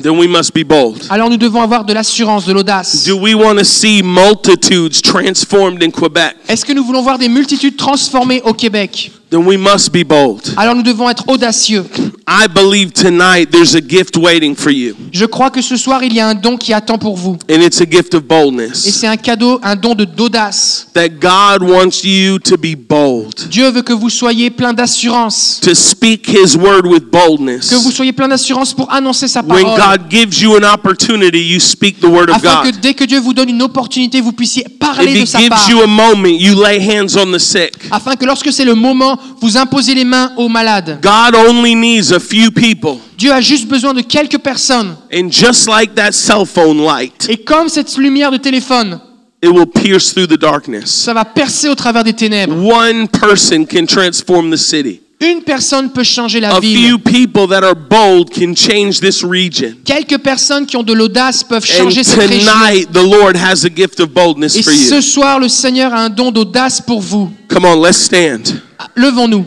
S1: Then we must be bold.
S2: Alors nous devons avoir de l'assurance, de l'audace.
S1: Do we want to see multitudes transformed in Quebec?
S2: Est-ce que nous voulons voir des multitudes transformées au Québec
S1: Then we must be bold.
S2: Alors nous devons être audacieux.
S1: I believe tonight there's a gift waiting for you,
S2: Je crois que ce soir, il y a un don qui attend pour vous.
S1: and it's a gift of
S2: Et
S1: boldness.
S2: c'est un cadeau, un don de d'audace.
S1: That God wants you to be bold,
S2: Dieu veut que vous soyez plein d'assurance.
S1: to speak His word with
S2: Que vous
S1: boldness.
S2: soyez plein d'assurance pour annoncer sa
S1: When
S2: parole.
S1: God gives you an opportunity, you speak the word of
S2: afin que
S1: God.
S2: dès que Dieu vous donne une opportunité, vous puissiez
S1: If
S2: parler
S1: He
S2: de sa part.
S1: gives you a moment, you lay hands on the sick.
S2: Afin que lorsque c'est le moment, vous imposez les mains aux malades.
S1: God only needs a few people.
S2: Dieu a juste besoin de quelques personnes.
S1: And just like that cell phone light,
S2: Et comme cette lumière de téléphone,
S1: it will pierce through the darkness.
S2: ça va percer au travers des ténèbres.
S1: One person can transform the city.
S2: Une personne peut changer la
S1: A
S2: ville.
S1: few people that are bold can change this region.
S2: Quelques personnes qui ont de l'audace peuvent
S1: And
S2: changer cette région.
S1: tonight, the Lord has a gift of
S2: Et
S1: boldness for
S2: ce
S1: you.
S2: soir, le Seigneur a un don d'audace pour vous.
S1: Come on, let's stand.
S2: Ah, Levons-nous.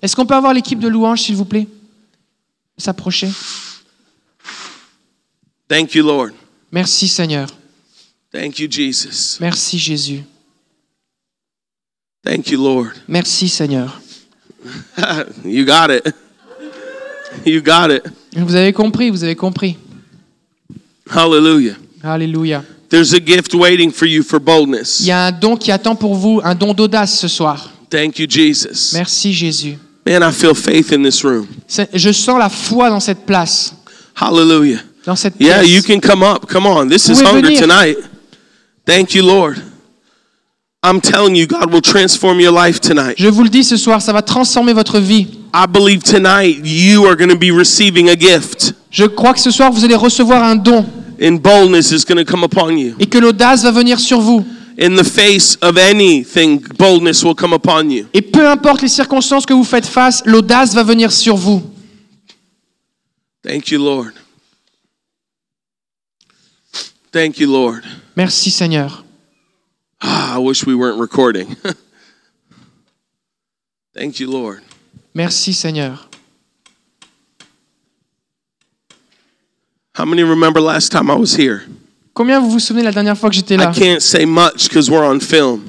S2: Est-ce qu'on peut avoir l'équipe de louanges, s'il vous plaît S'approcher.
S1: Thank you, Lord.
S2: Merci Seigneur.
S1: Thank you, Jesus.
S2: Merci Jésus.
S1: Thank you, Lord. [laughs]
S2: Merci Seigneur.
S1: you got it. You got it.
S2: Vous avez compris, vous avez compris.
S1: Hallelujah.
S2: Alléluia.
S1: There's a gift waiting for you for
S2: Il
S1: boldness.
S2: y a un don qui attend pour vous, un don d'audace ce soir.
S1: Thank you, Jesus.
S2: Merci Jésus.
S1: Man, I feel faith in this room.
S2: C'est- Je sens la foi dans cette place,
S1: Hallelujah.
S2: dans cette
S1: Yeah,
S2: pièce.
S1: you can come up. Come on. This is
S2: Vous pouvez
S1: hunger
S2: venir.
S1: tonight. Thank you, Lord. I'm telling you, God will transform your life tonight.
S2: Je vous le dis ce soir, ça va transformer votre vie.
S1: I believe tonight you are going to be receiving a gift,
S2: Je crois que ce soir, vous allez recevoir un don
S1: and boldness is going to come upon you.
S2: et que l'audace va venir sur vous.
S1: In the face of anything, boldness will come upon you.
S2: Et peu importe les circonstances que vous faites face, l'audace va venir sur vous.
S1: Thank you, Lord. Thank you, Lord.
S2: Merci Seigneur.
S1: Ah, I wish we weren't recording. [laughs] Thank you, Lord.
S2: Merci Seigneur.
S1: How many remember last time I was here?
S2: Combien vous vous souvenez de la dernière fois que j'étais là
S1: I can't say much because we're on film.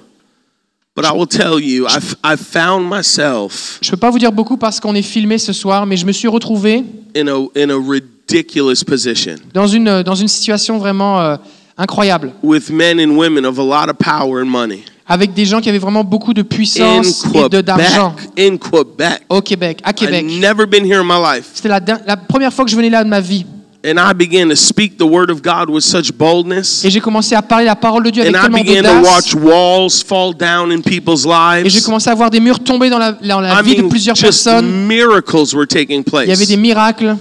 S1: But I will tell you, I've, I've found myself
S2: Je peux pas vous dire beaucoup parce qu'on est filmé ce soir, mais je me suis retrouvé
S1: in a, in a ridiculous position
S2: dans une, dans une situation vraiment euh, incroyable,
S1: with men and women of a lot of power and money.
S2: avec des gens qui avaient vraiment beaucoup de
S1: in
S2: puissance et de- d'argent
S1: Quebec. In Quebec.
S2: au Québec, à Québec.
S1: I'd never been here in my life.
S2: C'était la, der- la première fois que je venais là de ma vie.
S1: And I began to speak the word of God with such boldness.
S2: Et j'ai commencé à parler la parole de Dieu avec
S1: And I
S2: tellement
S1: began to
S2: d'audace.
S1: watch walls fall down in people's
S2: Et j'ai
S1: lives.
S2: commencé à voir des murs tomber dans la, dans la
S1: I
S2: vie de
S1: mean,
S2: plusieurs
S1: just
S2: personnes.
S1: miracles were taking
S2: Il y avait
S1: place.
S2: des miracles.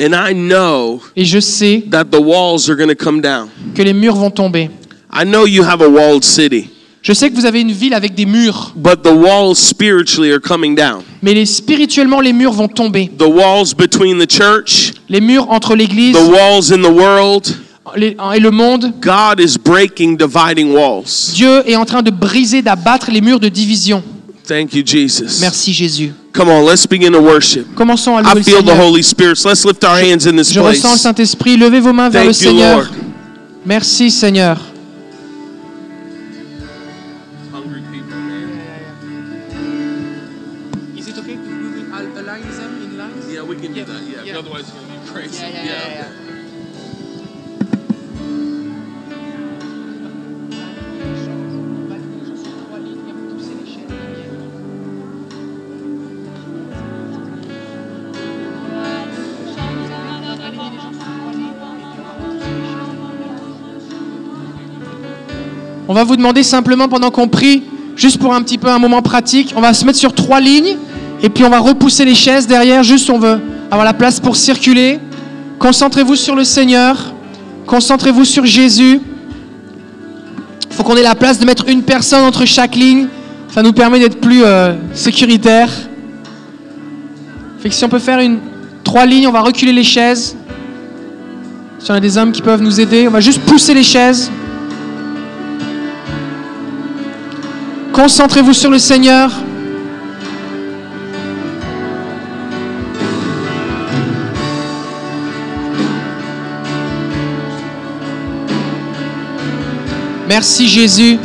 S1: And I know
S2: Et je sais
S1: that the walls are going to come down.
S2: que les murs vont tomber.
S1: I know you have a walled city,
S2: Je sais que vous avez une ville avec des murs.
S1: but the walls spiritually are coming down.
S2: Mais les, spirituellement, les murs vont tomber.
S1: The walls between the church,
S2: Les murs entre l'église
S1: the walls in the world.
S2: les- et le monde.
S1: God is breaking dividing walls.
S2: Dieu est en train de briser, d'abattre les murs de division.
S1: Thank you, Jesus.
S2: Merci Jésus.
S1: Come on, let's begin to worship.
S2: Commençons à louer
S1: I
S2: le
S1: feel the
S2: Seigneur.
S1: Holy Spirit. So let's lift our hands in this
S2: Je
S1: place.
S2: ressens le Saint-Esprit. Levez vos mains vers le
S1: Thank you,
S2: Seigneur.
S1: Lord.
S2: Merci Seigneur. Is it okay to do the al- align them in lines?
S1: Yeah, we can do
S2: Yeah,
S1: that. Yeah,
S2: yeah.
S1: otherwise it's gonna be crazy.
S2: Yeah, yeah, yeah, yeah. On va vous demander simplement pendant qu'on prie, juste pour un petit peu un moment pratique, on va se mettre sur trois lignes et puis on va repousser les chaises derrière, juste on veut avoir la place pour circuler. Concentrez-vous sur le Seigneur, concentrez-vous sur Jésus. Il faut qu'on ait la place de mettre une personne entre chaque ligne, ça nous permet d'être plus euh, sécuritaire. Fait que si on peut faire une trois lignes, on va reculer les chaises. Si on a des hommes qui peuvent nous aider, on va juste pousser les chaises. Concentrez-vous sur le Seigneur. Merci Jésus.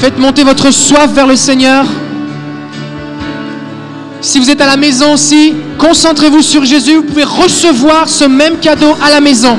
S2: Faites monter votre soif vers le Seigneur. Si vous êtes à la maison aussi, concentrez-vous sur Jésus. Vous pouvez recevoir ce même cadeau à la maison.